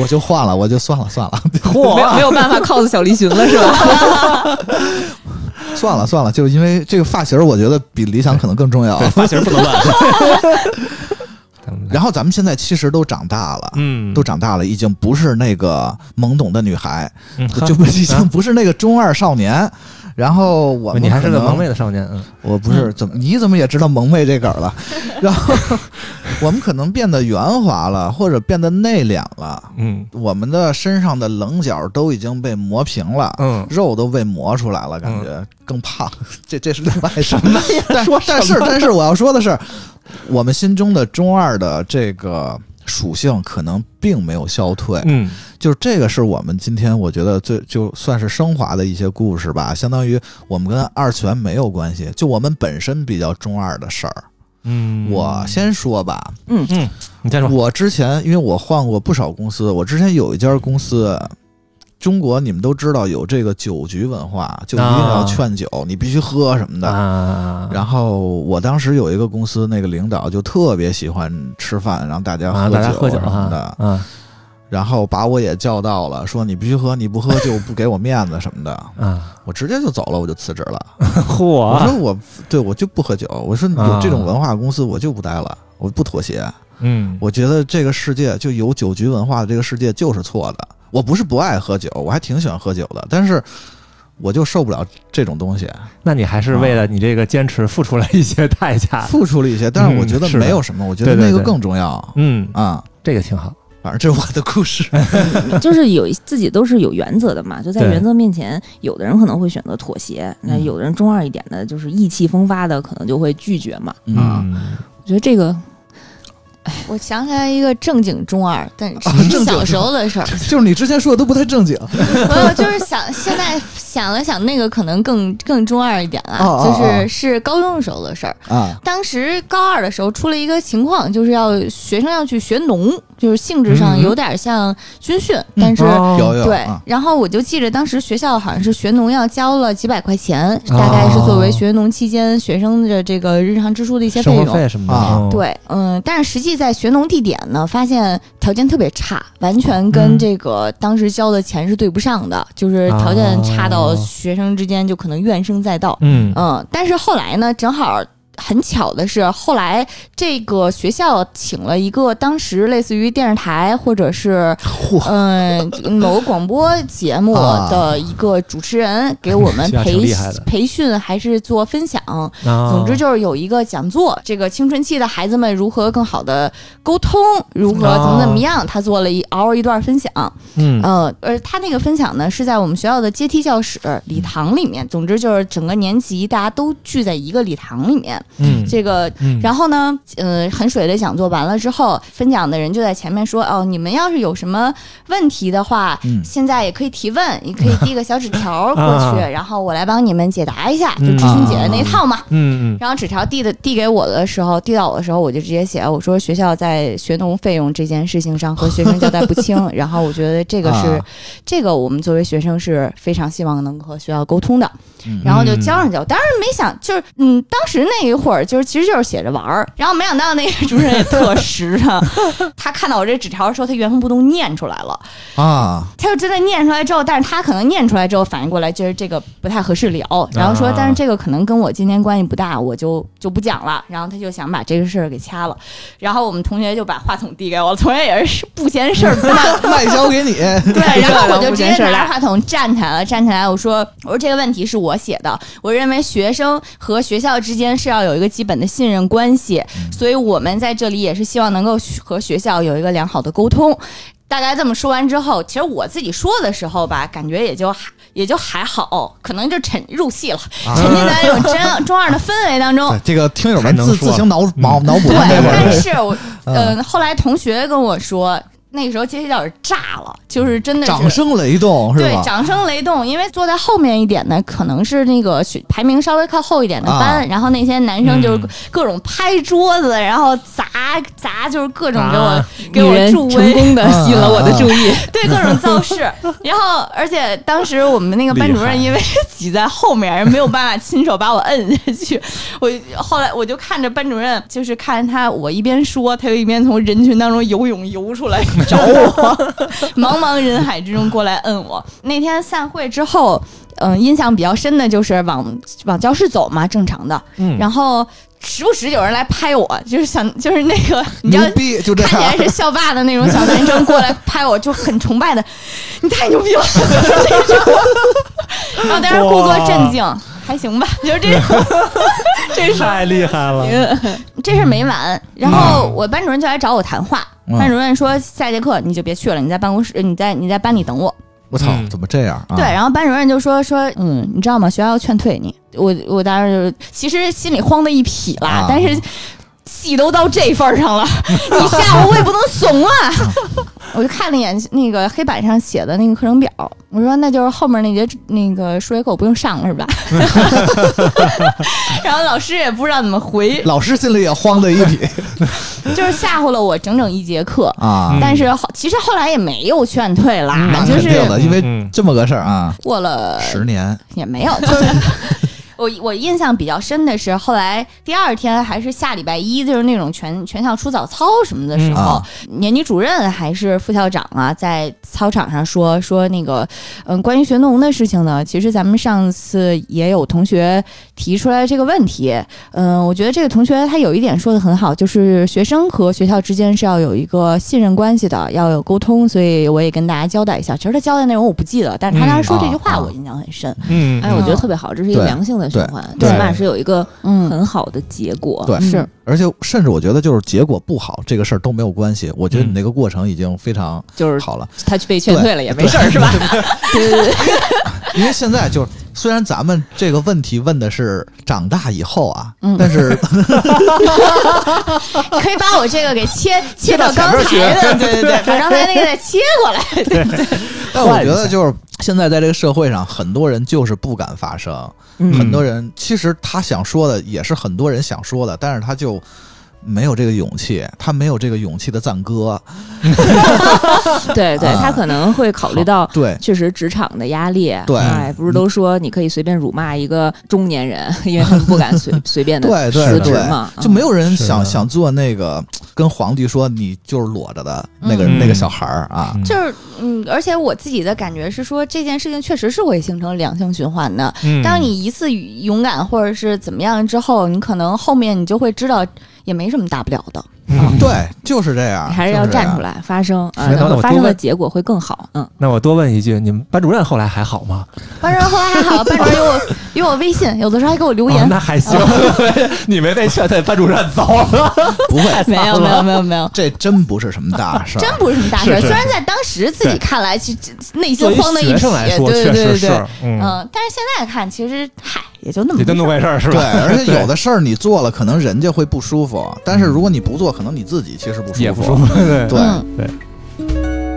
Speaker 1: 我就换了，我就算了算了
Speaker 3: 没有
Speaker 4: 嚯，
Speaker 3: 没有 办法 cos 小栗旬了是吧？
Speaker 1: 算了算了，就是因为这个发型，我觉得比理想可能更重要。
Speaker 4: 对，发型不能乱。咱们来
Speaker 1: 然后咱们现在其实都长大了，
Speaker 4: 嗯，
Speaker 1: 都长大了，已经不是那个懵懂的女 孩，
Speaker 4: 嗯
Speaker 1: 就就已经不是那个中二少年。然后我们
Speaker 4: 你还是个
Speaker 1: 可能
Speaker 4: 萌妹的少年，嗯，
Speaker 1: 我不是怎么，你怎么也知道萌妹这梗儿 了？然后我们可能变得圆滑了，或者变得内敛了，
Speaker 4: 嗯
Speaker 1: 我们的身上的棱角都已经被磨平了。
Speaker 4: 嗯，
Speaker 1: 肉都被磨出来了，感觉更胖， 这这是另外什
Speaker 4: 么
Speaker 1: 呀？但
Speaker 4: 说
Speaker 1: 但
Speaker 4: 什
Speaker 1: 是但是我要说的是，我们心中的中二的这个属性可能并没有消退，
Speaker 4: 嗯，
Speaker 1: 就是这个是我们今天我觉得最就算是升华的一些故事吧，相当于我们跟二次元没有关系，就我们本身比较中二的事儿。
Speaker 4: 嗯，
Speaker 1: 我先说吧，
Speaker 4: 你再说，
Speaker 1: 我之前因为我换过不少公司，我之前有一家公司。中国你们都知道有这个酒局文化，就一定要劝酒，你必须喝什么的。
Speaker 4: 啊，
Speaker 1: 然后我当时有一个公司，那个领导就特别喜欢吃饭，让大家
Speaker 4: 啊，
Speaker 1: 喝
Speaker 4: 大家喝酒
Speaker 1: 什么的。
Speaker 4: 啊，啊
Speaker 1: 然后把我也叫到了，说你必须喝，你不喝就不给我面子什么 的。
Speaker 4: 啊，
Speaker 1: 我直接就走了，我就辞职了。我
Speaker 4: 嚯，
Speaker 1: 说我对我就不喝酒，我说
Speaker 4: 啊
Speaker 1: 有这种文化公司我就不待了，我不妥协。
Speaker 4: 嗯，
Speaker 1: 我觉得这个世界就有酒局文化的这个世界就是错的。我不是不爱喝酒，我还挺喜欢喝酒的，但是我就受不了这种东西，
Speaker 4: 那你还是为了你这个坚持付出了一些代价，
Speaker 1: 付出了一些，但是我觉得
Speaker 4: 嗯是的
Speaker 1: 没有什么，我觉得
Speaker 4: 对对
Speaker 1: 那个
Speaker 4: 对
Speaker 1: 更重要
Speaker 4: 嗯，
Speaker 1: 啊。
Speaker 4: 这个挺好，
Speaker 1: 反正这是我的故 事。
Speaker 3: 就是有一自己都是有原则的嘛，就在
Speaker 4: 对
Speaker 3: 原则面前，有的人可能会选择妥协，那
Speaker 5: 嗯
Speaker 3: 有的人中二一点的，就是意气风发的，可能就会拒绝嘛。
Speaker 1: 嗯，
Speaker 3: 我觉得这个
Speaker 5: 我想起来一个正经中二，但
Speaker 1: 啊
Speaker 5: 是
Speaker 1: 正经中
Speaker 5: 小
Speaker 1: 二
Speaker 5: 时候的事儿。
Speaker 1: 就是你之前说的都不太正经。
Speaker 5: 没有，就是想现在想了想，那个可能更更中二一点啊，
Speaker 1: 哦哦
Speaker 5: 就是、
Speaker 1: 哦
Speaker 5: 是高中的时候的事儿。
Speaker 1: 啊，
Speaker 5: 当时高二的时候出了一个情况，就是要学生要去学农，就是性质上
Speaker 4: 嗯
Speaker 5: 有点像军训，但是。
Speaker 4: 哦
Speaker 1: 有有
Speaker 5: 对
Speaker 1: 啊，
Speaker 5: 然后我就记着当时学校好像是学农要交了几百块钱，大概是作为学农期间学生的这个日常支出的一些
Speaker 4: 生
Speaker 5: 费
Speaker 4: 活
Speaker 5: 用。
Speaker 4: 费什么的，
Speaker 1: 啊
Speaker 4: 哦，
Speaker 5: 对，嗯，但是实际在学农地点呢，发现条件特别差，完全跟
Speaker 4: 嗯啊
Speaker 5: 这个当时交的钱是对不上的，就是条件差到
Speaker 4: 哦
Speaker 5: 学生之间就可能怨声载道。
Speaker 4: 嗯
Speaker 5: 嗯，但是后来呢，正好。很巧的是，后来这个学校请了一个当时类似于电视台或 者是
Speaker 1: 嚯，
Speaker 5: 嗯某个广播节目
Speaker 1: 啊
Speaker 5: 的一个主持人，给我 们
Speaker 4: 学校挺
Speaker 5: 培
Speaker 4: 厉害的
Speaker 5: 培训还是做分享，
Speaker 4: 啊
Speaker 5: 总之就是有一个讲座，这个青春期的孩子们如何更好的沟通，如何怎么怎么样，他做了一嗷嗷一段分享，
Speaker 4: 嗯
Speaker 5: 呃，而他那个分享呢是在我们学校的阶梯教室礼堂里
Speaker 4: 嗯
Speaker 5: 面，总之就是整个年级大家都聚在一个礼堂里面，
Speaker 4: 嗯
Speaker 5: 这个
Speaker 4: 嗯
Speaker 5: 然后呢，呃，很水的讲座完了之后，分讲的人就在前面说：“哦，你们要是有什么问题的话，
Speaker 1: 嗯
Speaker 5: 现在也可以提问，你可以递个小纸 条过去，
Speaker 4: 啊
Speaker 5: 然后我来帮你们解答一下，就
Speaker 4: 嗯
Speaker 5: 知询姐的那一套嘛。
Speaker 4: 嗯嗯
Speaker 5: 然后纸条递的递给我的时候，递到我的时候，我就直接写我说学校在学农费用这件事情上和学生交代不 清，然后我觉得这个是、
Speaker 1: 啊
Speaker 5: 这个我们作为学生是非常希望能和学校沟通的，
Speaker 1: 嗯
Speaker 5: 然后就交上交。当然没想就是嗯，当时那一会儿就是其实就是写着玩儿，然后没想到那个主任也特 实诚，他看到我这纸条的时候，他原封不动念出来了。
Speaker 1: 啊，
Speaker 5: 他就真的念出来之后，但是他可能念出来之后反应过来，就是这个不太合适聊，然后说
Speaker 4: 啊，
Speaker 5: 但是这个可能跟我今天关系不大，我就就不讲了。然后他就想把这个事儿给掐了，然后我们同学就把话筒递给我，同学也是不嫌事儿大，
Speaker 1: 外交给 你。
Speaker 5: 对，然后我就直
Speaker 2: 不
Speaker 5: 接
Speaker 2: 嫌事儿
Speaker 5: 拿
Speaker 2: 大
Speaker 5: 着话筒站起来了，站起来，我说，我说这个问题是我写的，我认为学生和学校之间是要有一个基本的信任关系，所以我们在这里也是希望能够和学校有一个良好的沟通。大概这么说完之后，其实我自己说的时候吧，感觉也就还也就还好，可能就沉入戏了，沉浸在那种 真中二的氛围当中
Speaker 1: 对。这个听友
Speaker 4: 还
Speaker 1: 们
Speaker 4: 能
Speaker 1: 自
Speaker 4: 说
Speaker 1: 自 行脑脑脑补
Speaker 5: 对，
Speaker 1: 吧这会
Speaker 5: 但
Speaker 1: 儿
Speaker 5: 是我呃，后来同学跟我说，那个时候街机老师炸了，就是真的是
Speaker 1: 掌声雷动是
Speaker 5: 对，
Speaker 1: 吧？
Speaker 5: 掌声雷动，因为坐在后面一点的可能是那个学排名稍微靠后一点的班，
Speaker 1: 啊
Speaker 5: 然后那些男生就是
Speaker 4: 嗯
Speaker 5: 各种拍桌子，然后砸砸，就是各种给我、
Speaker 4: 啊
Speaker 5: 给我助威，
Speaker 3: 功的
Speaker 1: 吸引了我的注
Speaker 3: 意。
Speaker 5: 对各种造势。然后，而且当时我们那个班主任因为挤在后面，没有办法亲手把我摁下去。我后来我就看着班主任，就是看着他，我一边说，他就一边从人群当中游泳游出来 找我，茫茫人海之中过来摁我。那天散会之后，嗯、印象比较深的就是往往教室走嘛，正常的，
Speaker 4: 嗯
Speaker 5: 然后。时不时有人来拍我，就是想，就是那个，你知
Speaker 1: 牛
Speaker 5: 道，
Speaker 1: 逼，就这
Speaker 5: 看起
Speaker 1: 样
Speaker 5: 来。是校霸的那种小男生过来拍我，就很崇拜的，你太牛逼了， 就是那种。然后当时故作镇静，还行吧，就是这种。这事儿
Speaker 4: 太厉害了，
Speaker 5: 这事儿没完，然后我班主任就来找我谈话，
Speaker 1: 嗯
Speaker 5: 班主任说下节课你就别去了，你在办公室，你在你在班里等我。
Speaker 1: 我操，
Speaker 4: 嗯
Speaker 1: 怎么这样啊？
Speaker 5: 对，然后班主任就说说，嗯，你知道吗？学校要劝退你。我我当时就其实心里慌的一匹啦，
Speaker 1: 啊
Speaker 5: 但是戏都到这份儿 上了，你吓我我也不能怂啊。 我就看了一眼那个黑板上写的那个课程表，我说那就是后面那节那个数学课我不用上了 是吧？然后老师也不知道怎么回，
Speaker 1: 老师心里也慌的一 匹
Speaker 5: 就是吓唬了我整整一节课。
Speaker 1: 啊
Speaker 4: 嗯，
Speaker 5: 但是后其实后来也没有劝退啦，
Speaker 1: 嗯那
Speaker 5: 就
Speaker 1: 肯
Speaker 5: 是呃
Speaker 1: 定的，因为
Speaker 4: 嗯
Speaker 1: 这么个事儿啊，
Speaker 5: 过了
Speaker 1: 十年
Speaker 5: 也没有，就是。我我印象比较深的是，后来第二天还是下礼拜一，就是那种全全校出早操什么的
Speaker 1: 嗯
Speaker 5: 时候，
Speaker 1: 啊
Speaker 5: 年级主任还是副校长啊，在操场上说说那个，嗯，关于学农的事情呢，其实咱们上次也有同学提出来这个问题，嗯，我觉得这个同学他有一点说的很好，就是学生和学校之间是要有一个信任关系的，要有沟通，所以我也跟大家交代一下。其实他交代内容我不记得，但是他当时说这句
Speaker 1: 嗯啊
Speaker 5: 话
Speaker 1: 啊
Speaker 5: 我印象很深。
Speaker 4: 嗯
Speaker 3: 哎，我觉得特别好，这是一个
Speaker 1: 对
Speaker 3: 良性的循环，起
Speaker 4: 对
Speaker 3: 码是有一个
Speaker 5: 嗯，
Speaker 3: 很好的结果。嗯
Speaker 1: 对
Speaker 5: 是
Speaker 1: 而且甚至我觉得就是结果不好这个事儿都没有关系，我觉得你那个过程已经非常
Speaker 3: 就是
Speaker 1: 好了，
Speaker 3: 他去被劝退了也没事儿，
Speaker 1: 对
Speaker 3: 是 吧？？
Speaker 1: 对对对，因为现在就是虽然咱们这个问题问的是长大以后啊，
Speaker 5: 嗯
Speaker 1: 但是
Speaker 5: 可以把我这个给 切切到刚才的，对对对，把刚才那个再切 过来。
Speaker 1: 但我觉得就是现在在这个社会上，很多人就是不敢发声，
Speaker 3: 嗯
Speaker 1: 很多人其实他想说的也是很多人想说的，但是他就。没有这个勇气，他没有这个勇气的赞歌，
Speaker 3: 对对，
Speaker 1: 啊
Speaker 3: 他可能会考虑到。
Speaker 1: 对
Speaker 3: 确实，职场的压力，
Speaker 1: 对嗯
Speaker 3: 哎，不是都说你可以随便辱骂一个中年人，因为他们不敢 随随便的
Speaker 1: 对对
Speaker 3: 辞职嘛，
Speaker 1: 对，就没有人
Speaker 4: 是
Speaker 1: 想
Speaker 4: 的
Speaker 1: 想做那个跟皇帝说你就是裸着的那个
Speaker 4: 嗯
Speaker 1: 那个小孩儿啊，
Speaker 5: 就是嗯，而且我自己的感觉是说，这件事情确实是会形成良性循环的。
Speaker 4: 嗯
Speaker 5: 当你一次勇敢或者是怎么样之后，你可能后面你就会知道也没什么大不了 的。
Speaker 1: 对，就是这样，
Speaker 3: 你嗯还是要
Speaker 1: 就这样
Speaker 3: 站出。来发声啊，
Speaker 4: 是
Speaker 3: 然
Speaker 4: 那
Speaker 3: 后
Speaker 4: 我
Speaker 3: 发
Speaker 4: 多
Speaker 3: 生的
Speaker 4: 问
Speaker 3: 结果会更好。嗯，
Speaker 4: 那我多问一句，你们班主任后来还好吗？
Speaker 5: 班主任后来还 好，班主任有我有我微信，有的时候还给我留
Speaker 4: 啊
Speaker 5: 言。
Speaker 4: 那还行， 你没被劝退，班主任走了。
Speaker 1: 不 会，
Speaker 5: 没有没有没有没有，
Speaker 1: 这真不是什么大事儿，
Speaker 5: 真不是什么大事儿。
Speaker 4: 是是
Speaker 5: 虽然在当时自己看来，其实内心
Speaker 4: 作为
Speaker 5: 慌的一
Speaker 4: 学
Speaker 5: 匹，
Speaker 4: 生来说，
Speaker 5: 对对
Speaker 4: 确
Speaker 5: 对
Speaker 4: 实
Speaker 5: 对
Speaker 4: 是，，嗯，
Speaker 5: 嗯，但是现在看，其实嗨，也就那么
Speaker 4: 也就那么回事儿，是吧？
Speaker 1: 对，而且有
Speaker 4: 的
Speaker 1: 的事儿你做了，可能人家会不舒服，但是如果你不做，可能你自己其实不舒服。
Speaker 4: 也不舒服，对
Speaker 1: 对，
Speaker 5: 嗯
Speaker 4: 对。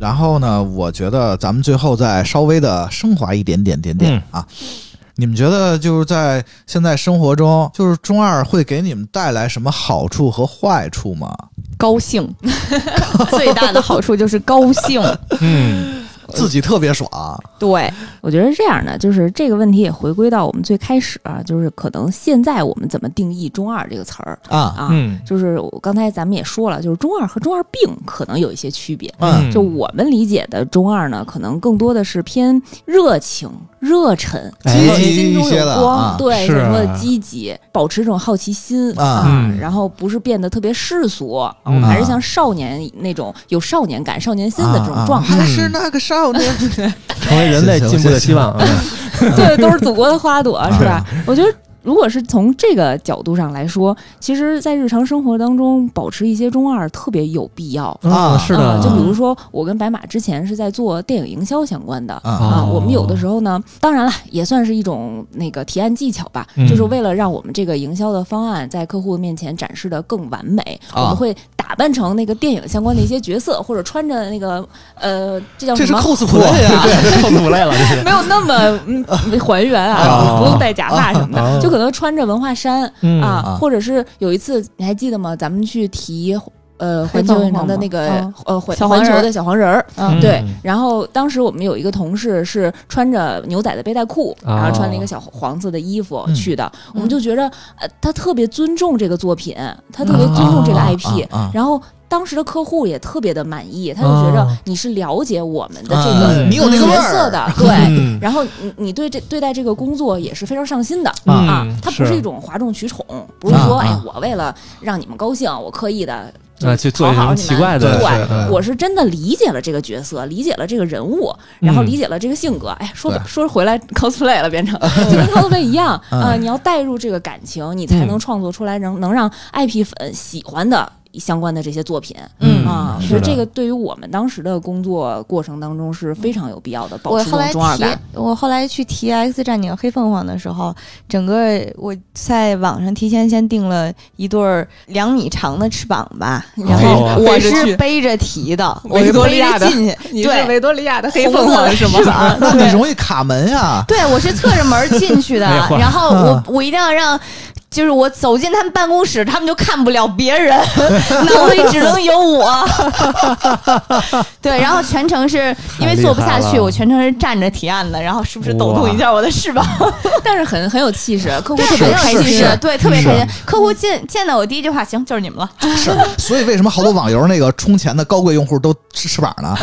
Speaker 1: 然后呢，我觉得咱们最后再稍微的升华一点点点点啊。你们觉得就是在现在生活中，就是中二会给你们带来什么好处和坏处吗？
Speaker 5: 高 兴，最大的好处就是高兴。
Speaker 4: 嗯，
Speaker 1: 自己特别爽，
Speaker 5: 对，
Speaker 3: 我觉得是这样的，就是这个问题也回归到我们最开始啊，就是可能现在我们怎么定义“中二”这个词儿
Speaker 1: 啊
Speaker 3: 啊？
Speaker 4: 嗯
Speaker 3: 就是我刚才咱们也说了，就是中二和中二病可能有一些区别。
Speaker 1: 啊
Speaker 4: 嗯，
Speaker 3: 啊就我们理解的中二呢，可能更多的是偏热情、热忱，
Speaker 4: 哎
Speaker 3: 心
Speaker 1: 积极
Speaker 3: 心中
Speaker 1: 一些
Speaker 3: 有
Speaker 1: 的
Speaker 3: 光，
Speaker 1: 啊
Speaker 3: 对，
Speaker 4: 是
Speaker 3: 什么
Speaker 4: 啊
Speaker 3: 积极，保持这种好奇心
Speaker 1: 啊
Speaker 4: 嗯
Speaker 3: 然后不是变得特别世俗，啊我
Speaker 4: 嗯
Speaker 3: 们还是像少年那种有少年感、少年心的这种状态。
Speaker 1: 还啊哎是那个少年，
Speaker 4: 成为人类进步的希望啊，
Speaker 3: 对，都是祖国的花朵，是吧？我觉得。如果是从这个角度上来说，其实，在日常生活当中保持一些中二特别有必要。
Speaker 1: 啊
Speaker 4: 啊，是的，
Speaker 3: 嗯就比如说我跟白马之前是在做电影营销相关的。
Speaker 1: 啊
Speaker 3: 啊，
Speaker 4: 哦
Speaker 3: 我们有的时候呢，当然了，也算是一种那个提案技巧吧，
Speaker 4: 嗯
Speaker 3: 就是为了让我们这个营销的方案在客户面前展示的更完美，
Speaker 1: 啊
Speaker 3: 我们会打扮成那个电影相关的一些角色，或者穿着那个呃，这叫
Speaker 1: 这
Speaker 3: 什
Speaker 1: 是
Speaker 3: 么？
Speaker 1: cosplay 啊，
Speaker 4: 对，扣不来了，这是
Speaker 3: 没有那么嗯还原啊，
Speaker 4: 啊
Speaker 3: 不用戴假发什么
Speaker 4: 啊
Speaker 3: 的，就可能穿着文化衫
Speaker 4: 嗯
Speaker 3: 啊
Speaker 1: 啊，
Speaker 3: 或者是有一次你还记得吗？咱们去提呃
Speaker 2: 黑
Speaker 3: 环
Speaker 2: 凤
Speaker 3: 球影城
Speaker 2: 凰
Speaker 3: 的
Speaker 2: 吗
Speaker 3: 那个
Speaker 2: 啊
Speaker 3: 呃环
Speaker 2: 小
Speaker 3: 环
Speaker 2: 黄人
Speaker 3: 球
Speaker 2: 儿
Speaker 3: 的小黄人儿，
Speaker 4: 嗯
Speaker 3: 对。然后当时我们有一个同事是穿着牛仔的背带裤，
Speaker 4: 哦
Speaker 3: 然后穿了一个小黄色的衣服
Speaker 1: 嗯
Speaker 3: 去的，我们就觉着呃他特别尊重这个作品，他特别尊重这个
Speaker 4: 啊
Speaker 3: IP，
Speaker 1: 啊，
Speaker 3: 然后。当时的客户也特别的满意，他就觉着
Speaker 4: 哦
Speaker 3: 你是了解我们的这个
Speaker 1: 啊你有那个味
Speaker 3: 角
Speaker 1: 儿
Speaker 3: 色的，对，
Speaker 4: 嗯
Speaker 3: 然后你你对这对待这个工作也是非常上心的、
Speaker 4: 嗯
Speaker 3: 啊，它不
Speaker 4: 是
Speaker 3: 是一种哗众取宠，不是说、
Speaker 1: 啊
Speaker 3: 哎
Speaker 1: 啊
Speaker 3: 我为了让你们高兴，我刻意的
Speaker 4: 啊，去做一
Speaker 3: 讨好
Speaker 4: 种
Speaker 3: 你
Speaker 4: 奇
Speaker 3: 们
Speaker 4: 怪的
Speaker 1: 对
Speaker 4: 事
Speaker 3: 对
Speaker 4: 儿，
Speaker 3: 我是真的理解了这个角色，理解了这个人物，然后
Speaker 4: 嗯
Speaker 3: 理解了这个性格。哎，说
Speaker 1: 对
Speaker 3: 说回来 cosplay 了，变成就跟 cosplay 一样
Speaker 1: 嗯
Speaker 3: 啊、你要带入这个感情，你才
Speaker 4: 嗯
Speaker 3: 能创作出来能能让 IP 粉喜欢的相关的这些作品。
Speaker 4: 嗯
Speaker 3: 啊，
Speaker 4: 是
Speaker 3: 所以
Speaker 4: 的
Speaker 3: 这个对于我们当时的工作过程当中是非常有必要的，保
Speaker 5: 我
Speaker 3: 持这种
Speaker 5: 后来
Speaker 3: 中二
Speaker 5: 提
Speaker 3: 感。，
Speaker 5: 我后来去提《X 战警：黑凤凰》的时候，整个我在网上提前先订了一对儿两米长的翅膀吧，然后
Speaker 4: 哦
Speaker 5: 我
Speaker 2: 背着
Speaker 5: 是
Speaker 2: 去
Speaker 5: 背着提的，我
Speaker 2: 维
Speaker 5: 是
Speaker 2: 多
Speaker 5: 背
Speaker 2: 利亚
Speaker 5: 着
Speaker 2: 的
Speaker 5: 进去，
Speaker 2: 你
Speaker 5: 对
Speaker 2: 是维多利亚的黑
Speaker 5: 红
Speaker 2: 凤
Speaker 5: 色
Speaker 2: 凰
Speaker 5: 的
Speaker 2: 是吗？
Speaker 5: 吧？
Speaker 1: 啊那
Speaker 5: 对
Speaker 1: 你容易卡门呀。
Speaker 5: 对，我是侧着门 进去的
Speaker 4: 哎呀，嚯
Speaker 5: 然后我
Speaker 1: 啊
Speaker 5: 我一定要让，就是我走进他们办公室，他们就看不了 别人，脑子里只能有我。对，然后全程是因为坐不下
Speaker 4: 太厉害
Speaker 5: 去，
Speaker 4: 了
Speaker 5: 我全程是站着提案的，然后时不时抖动一下我的翅膀，
Speaker 3: 但是很很有气势，客户
Speaker 5: 对，
Speaker 3: 特
Speaker 5: 很
Speaker 3: 别
Speaker 5: 有
Speaker 3: 开
Speaker 5: 气
Speaker 3: 心
Speaker 5: 势，。对，特别
Speaker 4: 是
Speaker 5: 开心。客户见见到我第一句话，行，就是你们了。
Speaker 1: 是，所以为什么好多网游那个充钱的高贵用户都吃翅膀呢？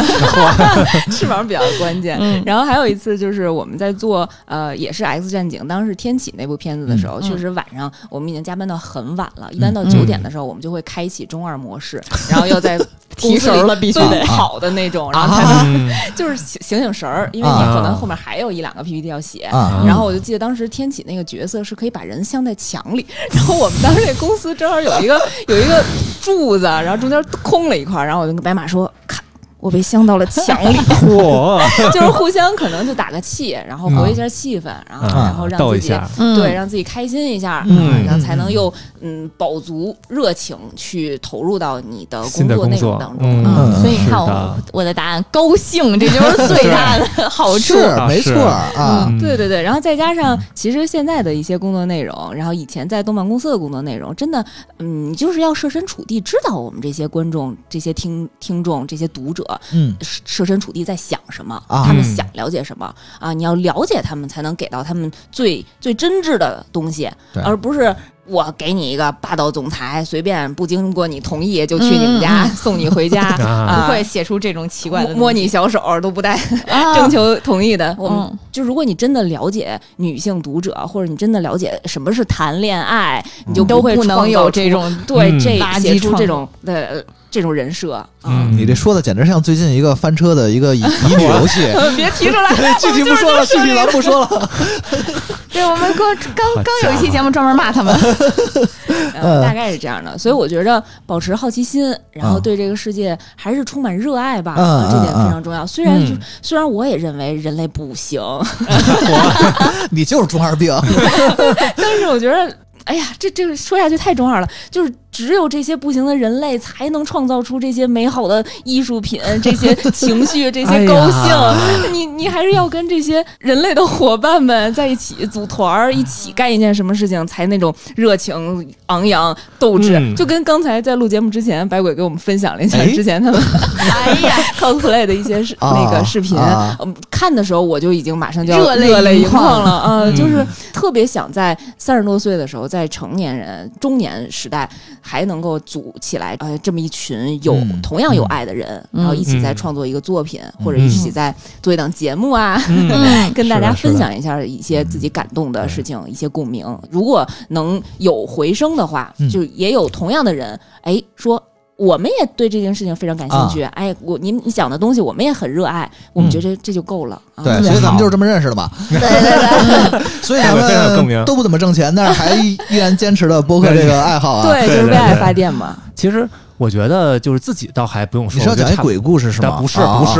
Speaker 3: 翅膀比较关键。
Speaker 5: 嗯
Speaker 3: 然后还有一次就是我们在做呃也是《X 战警》，当时《天启》那部片子的时候，
Speaker 5: 嗯
Speaker 3: 确实晚上我们已经加班到很晚了，
Speaker 2: 嗯
Speaker 3: 一般到九点的时候我们就会开启中二模式，然后要在
Speaker 2: 提神儿了必须啊
Speaker 3: 公司
Speaker 2: 得
Speaker 3: 里奔跑的那种，然后才能
Speaker 4: 嗯
Speaker 3: 就是醒醒醒神儿，因为你
Speaker 1: 啊
Speaker 3: 可能后面还有一两个 PPT 要写。
Speaker 1: 啊，
Speaker 3: 然后我就记得当时天启那个角色是可以把人镶在墙里， 然后我们当时那公司正好有一 个有一个柱子，然后中间空了一块儿，然后我就跟白马说：“看，我被镶到了墙里。”
Speaker 4: 嗯 嚯，
Speaker 3: 就是互相可能就打个气，然后活跃一下气氛，然后
Speaker 4: 啊
Speaker 3: 然后让
Speaker 4: 逗
Speaker 3: 自
Speaker 4: 一
Speaker 3: 己
Speaker 4: 下，
Speaker 5: 嗯
Speaker 3: 对让自己开心一下，
Speaker 4: 嗯
Speaker 3: 然后才能又嗯饱足热情去投入到你的
Speaker 4: 新
Speaker 3: 工
Speaker 4: 的
Speaker 3: 作
Speaker 4: 工作
Speaker 3: 内容当，中。
Speaker 4: 嗯，
Speaker 5: 所以你
Speaker 4: 是
Speaker 5: 看我
Speaker 4: 的
Speaker 5: 我的答案高兴，这就是最大 的好处。
Speaker 1: 是
Speaker 4: 啊
Speaker 1: 没
Speaker 4: 是
Speaker 1: 错儿啊，
Speaker 4: 嗯
Speaker 3: 对对对，然后再加上其实现在的一些工作内容，然后以前在动漫公司的工作内容，真的，嗯，你就是要设身处地知道我们这些观众、这些听听众、这些读者，
Speaker 1: 嗯
Speaker 3: 设设身处地在想什么，
Speaker 1: 啊
Speaker 3: 他们
Speaker 4: 嗯
Speaker 3: 想了解什么啊？你要了解他们，才能给到他们最最真挚的东西
Speaker 1: 对，
Speaker 3: 而不是我给你一个霸道总裁，随便不经过你同意就去你
Speaker 5: 嗯
Speaker 3: 们家、 送你 回家
Speaker 4: 啊
Speaker 3: 啊，
Speaker 5: 不会写出这种奇怪的
Speaker 3: 摸
Speaker 5: 东西，
Speaker 3: 摸你小手都不带
Speaker 5: 啊
Speaker 3: 征求同意的。我们
Speaker 5: 嗯
Speaker 3: 就如果你真的了解女性读者，或者你真的了解什么是谈恋爱，你
Speaker 1: 嗯
Speaker 3: 就
Speaker 5: 都
Speaker 3: 会
Speaker 5: 不能
Speaker 3: 创造
Speaker 5: 有
Speaker 3: 出
Speaker 5: 这种
Speaker 3: 对
Speaker 4: 嗯
Speaker 3: 这
Speaker 5: 垃圾
Speaker 3: 写出
Speaker 5: 创
Speaker 3: 这种的这种人设啊。
Speaker 4: 嗯
Speaker 1: 你这说的简直像最近一个翻车的一个 乙乙女游戏，
Speaker 3: 别提出来，
Speaker 1: 具体不说了，具体咱不说了。
Speaker 5: 对，我 们刚刚
Speaker 4: 好
Speaker 5: 刚有一
Speaker 4: 家
Speaker 5: 期
Speaker 4: 伙
Speaker 5: 节目专门 骂他们。
Speaker 3: 嗯，大概是这样的。所以我觉着保持好奇心，然后
Speaker 1: 嗯
Speaker 3: 对这个世界还是充满热爱吧，
Speaker 1: 嗯
Speaker 3: 啊这点
Speaker 1: 嗯
Speaker 3: 非常重要。虽然就
Speaker 4: 嗯
Speaker 3: 虽然我也认为人类不行，
Speaker 1: 你就是中二病，
Speaker 3: 但是我觉得。哎呀，这这个说下去太中二了，就是只有这些不行的人类才能创造出这些美好的艺术品、这些情绪、这些高兴。你你还是要跟这些人类的伙伴们在一起组团儿，一起干一件什么事情，才那种热情昂扬、斗志。
Speaker 4: 嗯
Speaker 3: 就跟刚才在录节目之前，百鬼给我们分享了一下
Speaker 1: 哎
Speaker 3: 之前他们
Speaker 5: 哎呀，
Speaker 3: cosplay 的一些视、
Speaker 1: 啊
Speaker 3: 那个视频。
Speaker 1: 啊
Speaker 3: 嗯，看的时候我就已经马上就要
Speaker 5: 热泪
Speaker 3: 热泪
Speaker 5: 盈
Speaker 3: 盈眶
Speaker 5: 眶
Speaker 3: 了啊、
Speaker 4: 嗯
Speaker 3: 就是特别想在三十多岁的时候，在成年人中年时代还能够组起来，呃，这么一群有、
Speaker 1: 嗯
Speaker 3: 同样有爱的人，
Speaker 5: 嗯
Speaker 3: 然后一起在
Speaker 4: 嗯
Speaker 3: 创作一个作品，或者一起在做一档节目啊，
Speaker 5: 嗯，
Speaker 3: 跟大
Speaker 4: 是的是的
Speaker 3: 家
Speaker 4: 嗯
Speaker 3: 分享一下一些自己感动的事情，一些共鸣。如果能有回声的话
Speaker 1: 嗯，
Speaker 3: 就也有同样的人，哎，说我们也对这件事情非常感
Speaker 4: 啊
Speaker 3: 兴趣。哎，我你你讲的东西我们也很热爱，
Speaker 4: 嗯
Speaker 3: 我们觉得这就够了。啊
Speaker 1: 对，
Speaker 3: 特别
Speaker 1: 所以咱们
Speaker 3: 好
Speaker 1: 就是这么认识的 嘛。
Speaker 5: 对对对，
Speaker 1: 所以咱
Speaker 4: 非常有共鸣
Speaker 1: 们都不怎么挣钱，但是还 依依然坚持了播客这个爱好啊。
Speaker 3: 对，就是
Speaker 4: 对
Speaker 3: 为爱
Speaker 4: 对
Speaker 3: 发电嘛。
Speaker 4: 其实我觉得就是自己倒还不用说，
Speaker 1: 你是要
Speaker 4: 我觉得
Speaker 1: 讲一
Speaker 4: 差
Speaker 1: 鬼故事是吗？
Speaker 4: 但不是
Speaker 1: 啊
Speaker 4: 不是，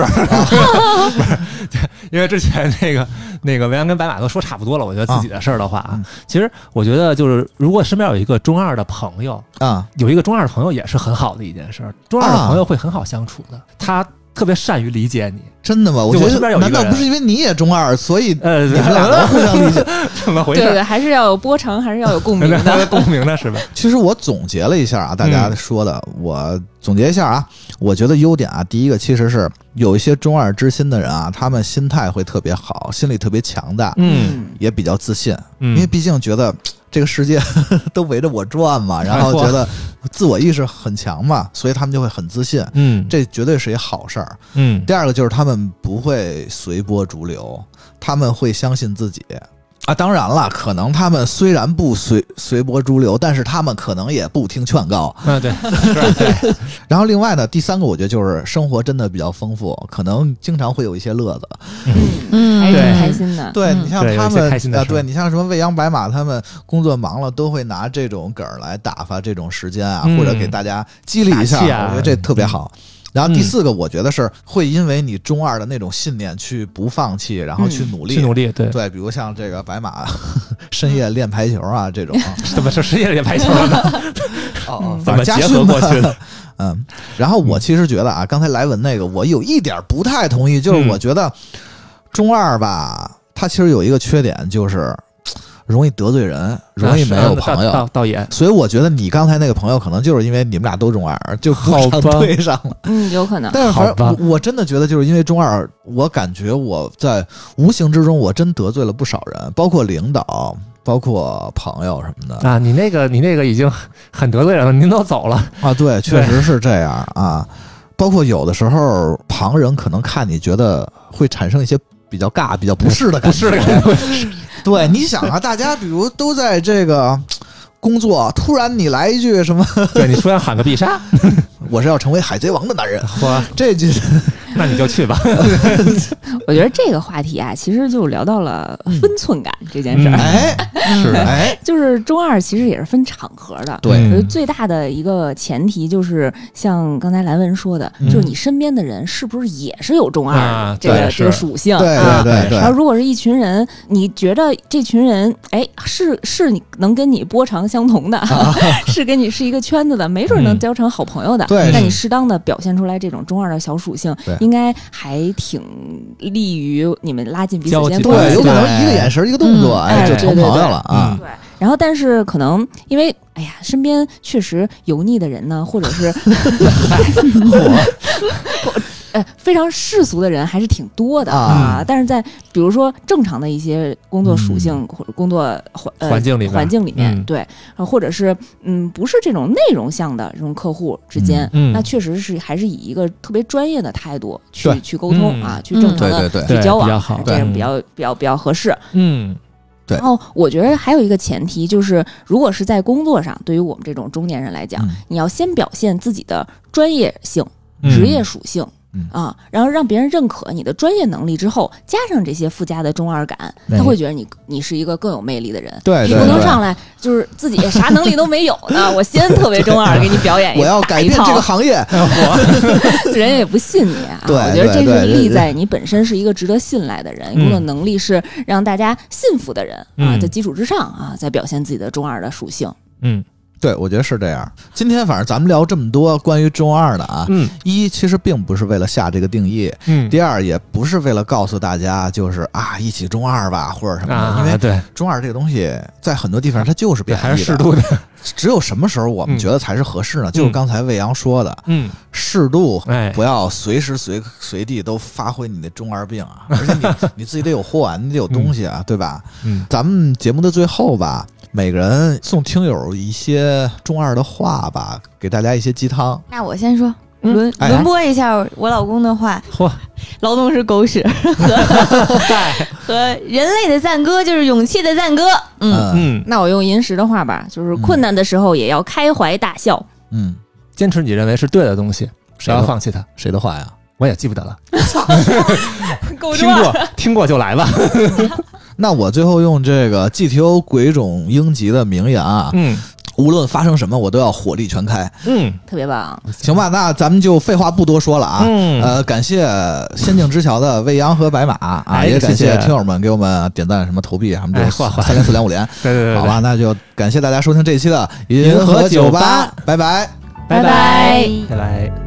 Speaker 4: 因为之前那个那个维安跟白马都说差不多了，我觉得自己的事儿的话啊
Speaker 1: 嗯，
Speaker 4: 其实我觉得就是如果身边有一个中二的朋友，
Speaker 1: 啊，
Speaker 4: 有一个中二的朋友也是很好的一件事儿。中二的朋友会很好相处的，他特别善于理解你。
Speaker 1: 真的吗？我
Speaker 4: 就
Speaker 1: 觉
Speaker 4: 我身边
Speaker 1: 得
Speaker 4: 有一个
Speaker 1: 难道
Speaker 4: 人
Speaker 1: 不是因为你也中二，所以
Speaker 4: 呃，
Speaker 1: 你们俩能互相理解？
Speaker 4: 怎么回
Speaker 3: 对
Speaker 4: 事？
Speaker 3: 对，还是要有波长，还是要有 共鸣哎
Speaker 4: 那
Speaker 3: 的。
Speaker 4: 共鸣的 是吧？
Speaker 1: 其实我总结了一下啊，大家说的，我总结一下啊，我觉得优点啊，第一个其实是有一些中二之心的人啊，他们心态会特别好，心理特别强大，
Speaker 4: 嗯，
Speaker 1: 也比较自信，
Speaker 4: 因
Speaker 1: 因为毕竟觉得这个世界 都围着我转嘛，然后觉得自我意识很强嘛，所以他们就会很自信，
Speaker 4: 嗯
Speaker 1: 这绝对是一好事儿。
Speaker 4: 嗯
Speaker 1: 第二个就是他们不会随波逐流，他们会相信自己。啊，当然了，可能他们虽然不随随波逐流，但是他们可能也不听劝告。
Speaker 4: 啊对，是对，
Speaker 1: 然后另外呢，第三个我觉得就是生活真的比较丰富，可能经常会有一些乐子。
Speaker 5: 嗯
Speaker 3: 还是挺
Speaker 4: 哎对
Speaker 3: 开心的，
Speaker 1: 对
Speaker 5: 嗯
Speaker 1: 你像
Speaker 4: 对有
Speaker 1: 他
Speaker 4: 一些
Speaker 1: 们
Speaker 4: 开心的
Speaker 1: 啊，
Speaker 4: 事儿
Speaker 1: 对你像什么未央白马，他们工作忙了都会拿这种梗儿来打发这种时间啊，
Speaker 4: 嗯
Speaker 1: 或者给大家激励一下，
Speaker 4: 打气啊
Speaker 1: 我觉得这特别好。然后
Speaker 4: 嗯
Speaker 1: 第四个，我觉得是会因为你中二的那种信念去不放弃，然后去努力。
Speaker 4: 嗯去努力，对，
Speaker 1: 对，比如像这个白马 深夜练排球啊这 种，
Speaker 4: 怎么是实业也排球 了呢？
Speaker 1: 哦
Speaker 4: 怎么
Speaker 1: 加
Speaker 4: 结
Speaker 1: 训
Speaker 4: 合
Speaker 1: 嘛
Speaker 4: 过去的？
Speaker 1: 嗯，然后我其实觉得啊，刚才莱文那个，我有一点儿不太同意，就是
Speaker 4: 嗯
Speaker 1: 我觉得中二吧，他其实有一个缺点，就是容易得罪人，
Speaker 4: 啊
Speaker 1: 容易没有朋
Speaker 4: 倒
Speaker 1: 友。
Speaker 4: 倒也
Speaker 1: 所以我觉得你刚才那个朋友，可能就是因为你们俩都中二，就互
Speaker 4: 好
Speaker 1: 相
Speaker 4: 吧
Speaker 1: 对上了。
Speaker 3: 嗯，有可能。
Speaker 1: 但是反
Speaker 4: 好
Speaker 1: 正
Speaker 4: 吧
Speaker 1: 我我真的觉得，就是因为中二，我感觉我在无形之中，我真得罪了不少人，包括领导，包括朋友什么的。
Speaker 4: 啊，你那个你那个已经很得罪人了，您都走了，
Speaker 1: 啊，对，确实是这样啊。包括有的时候，旁人可能看你觉得会产生一些比较尬、比较不适的感
Speaker 4: 不
Speaker 1: 觉。
Speaker 4: 是的感觉，
Speaker 1: 对，你想啊，大家比如都在这个工作，突然你来一句什么
Speaker 4: 对你突然喊个必杀，
Speaker 1: “我是要成为海贼王的男人
Speaker 4: 哇，”，
Speaker 1: 这句
Speaker 4: 那你就去吧。
Speaker 3: 我觉得这个话题啊，其实就聊到了
Speaker 4: 嗯
Speaker 3: 分寸感这件事儿。
Speaker 1: 哎
Speaker 4: 是啊的
Speaker 1: 哎，
Speaker 3: 就是中二其实也是分场合的。
Speaker 1: 对
Speaker 3: 我觉得
Speaker 4: 嗯
Speaker 3: 最大的一个前提就是，像刚才兰文说的，
Speaker 4: 嗯
Speaker 3: 就是你身边的人是不是也是有中二的
Speaker 4: 啊
Speaker 3: 这个
Speaker 4: 对
Speaker 3: 这个
Speaker 4: 是
Speaker 3: 属性？
Speaker 1: 对
Speaker 3: 啊
Speaker 1: 对对
Speaker 3: 然后，
Speaker 1: 对，
Speaker 3: 如果是一群人，你觉得这群人，哎，是是你能跟你波长相同的，
Speaker 1: 啊
Speaker 3: 是跟你是一个圈子的，没准能
Speaker 4: 嗯
Speaker 3: 交成好朋友的。
Speaker 1: 对
Speaker 3: 但你
Speaker 4: 嗯
Speaker 3: 适当的表现出来这种中二的小属性
Speaker 1: 对，
Speaker 3: 应该还挺利于你们拉近彼此
Speaker 4: 交
Speaker 3: 之间
Speaker 4: 集
Speaker 3: 的关
Speaker 1: 对，
Speaker 3: 系
Speaker 1: 有可
Speaker 3: 的
Speaker 1: 能一个眼神、一个动作，
Speaker 5: 嗯
Speaker 1: 哎，
Speaker 3: 哎
Speaker 1: 就
Speaker 3: 对
Speaker 1: 成朋
Speaker 3: 对
Speaker 1: 友
Speaker 3: 对
Speaker 1: 了
Speaker 4: 嗯
Speaker 1: 啊。
Speaker 3: 对，然后但是可能因为哎呀，身边确实油腻的人呢，或 者是呃非常世俗的人还是挺多的
Speaker 1: 啊
Speaker 3: 但是在比如说正常的一些工作属性或者工作环、呃、
Speaker 4: 嗯环境里面
Speaker 3: 环境里面，
Speaker 4: 嗯
Speaker 3: 对，然后或者是嗯不是这种内容向的这种客户之间。
Speaker 4: 嗯
Speaker 3: 那确实是还是以一个特别专业的态度去
Speaker 1: 对
Speaker 3: 去沟通
Speaker 4: 嗯
Speaker 3: 啊，去正常
Speaker 1: 对
Speaker 3: 的
Speaker 1: 对对
Speaker 4: 对
Speaker 3: 去交往
Speaker 4: 比较好
Speaker 3: 啊，这样
Speaker 4: 对
Speaker 3: 比较比较比较合适。
Speaker 4: 嗯
Speaker 1: 对
Speaker 3: 然后我觉得还有一个前提就是，如果是在工作上，对于我们这种中年人来讲，
Speaker 1: 嗯
Speaker 3: 你要先表现自己的专业性、
Speaker 4: 嗯
Speaker 3: 职业属性。
Speaker 1: 嗯
Speaker 3: 啊，然后让别人认可你的专业能力之后，加上这些附加的中二感，
Speaker 1: 哎
Speaker 3: 他会觉得你你是一个更有魅力的人。
Speaker 1: 对
Speaker 3: 你
Speaker 1: 对
Speaker 3: 不能
Speaker 1: 对，
Speaker 3: 上来就是自己啥能力都没有呢，我先特别中二给你表演一
Speaker 1: 我要
Speaker 3: 大
Speaker 1: 改
Speaker 3: 一
Speaker 1: 变
Speaker 3: 套
Speaker 1: 这个行业。
Speaker 4: 哎
Speaker 3: 人家也不信你啊。
Speaker 1: 对
Speaker 3: 我觉得
Speaker 1: 对
Speaker 3: 这
Speaker 1: 对
Speaker 3: 是立
Speaker 1: 对
Speaker 3: 在你本身是一个值得信赖的人，
Speaker 4: 嗯
Speaker 3: 工作能力是让大家信服的人啊，
Speaker 4: 嗯
Speaker 3: 在基础之上啊，再表现自己的中二的属性。
Speaker 4: 嗯
Speaker 1: 对，我觉得是这样。今天反正咱们聊这么多关于中二的啊，
Speaker 4: 嗯
Speaker 1: 一其实并不是为了下这个定义，
Speaker 4: 嗯
Speaker 1: 第二也不是为了告诉大家就是啊一起中二吧或者什么的，
Speaker 4: 啊，
Speaker 1: 因为
Speaker 4: 对，
Speaker 1: 中二这个东西在很多地方它就是
Speaker 4: 对
Speaker 1: 贬义的，
Speaker 4: 还是适度的，
Speaker 1: 只有什么时候我们
Speaker 4: 嗯
Speaker 1: 觉得才是合适呢？就是刚才魏阳说的，
Speaker 4: 嗯，
Speaker 1: 适度。
Speaker 4: 哎，
Speaker 1: 不要随时随随地都发挥你的中二病啊！而且你你自己得有货啊，你得有东西啊，对吧？
Speaker 4: 嗯
Speaker 1: 咱们节目的最后吧，每个人送听友一些中二的话吧，给大家一些鸡汤。
Speaker 5: 那我先说。
Speaker 4: 嗯
Speaker 5: 轮
Speaker 1: 哎
Speaker 5: 轮播一下我老公的话，
Speaker 4: 嚯，
Speaker 5: 劳动是 狗屎，和人类的赞歌就是勇气的赞歌。嗯，
Speaker 1: 嗯
Speaker 4: 嗯
Speaker 3: 那我用银石的话吧，就是困难的时候也要开怀大笑，
Speaker 1: 嗯，
Speaker 4: 坚持你认为是对的东西，不
Speaker 9: 谁
Speaker 4: 要
Speaker 9: 的
Speaker 4: 放弃它。
Speaker 9: 谁的话呀？
Speaker 4: 我也记不得 了，
Speaker 2: 够
Speaker 4: 听过听过就来吧。
Speaker 1: 那我最后用这个 GTO 鬼冢英吉的名言啊，
Speaker 4: 嗯
Speaker 1: 无论发生什么，我都要火力全开。
Speaker 4: 嗯
Speaker 2: 特别棒，
Speaker 1: 行吧，那咱们就废话不多说了啊。
Speaker 4: 嗯
Speaker 1: 呃，感谢仙境之桥的未央和白马啊，
Speaker 4: 哎
Speaker 1: 也感
Speaker 4: 谢谢
Speaker 1: 听友们给我们点赞、什么投币、什么这
Speaker 4: 哎换换
Speaker 1: 三连四连五连。
Speaker 4: 对对对对，
Speaker 1: 好吧，那就感谢大家收听这一期的
Speaker 4: 银河
Speaker 1: 河
Speaker 4: 酒
Speaker 1: 吧，拜拜。
Speaker 4: 拜
Speaker 2: 拜
Speaker 4: 拜拜。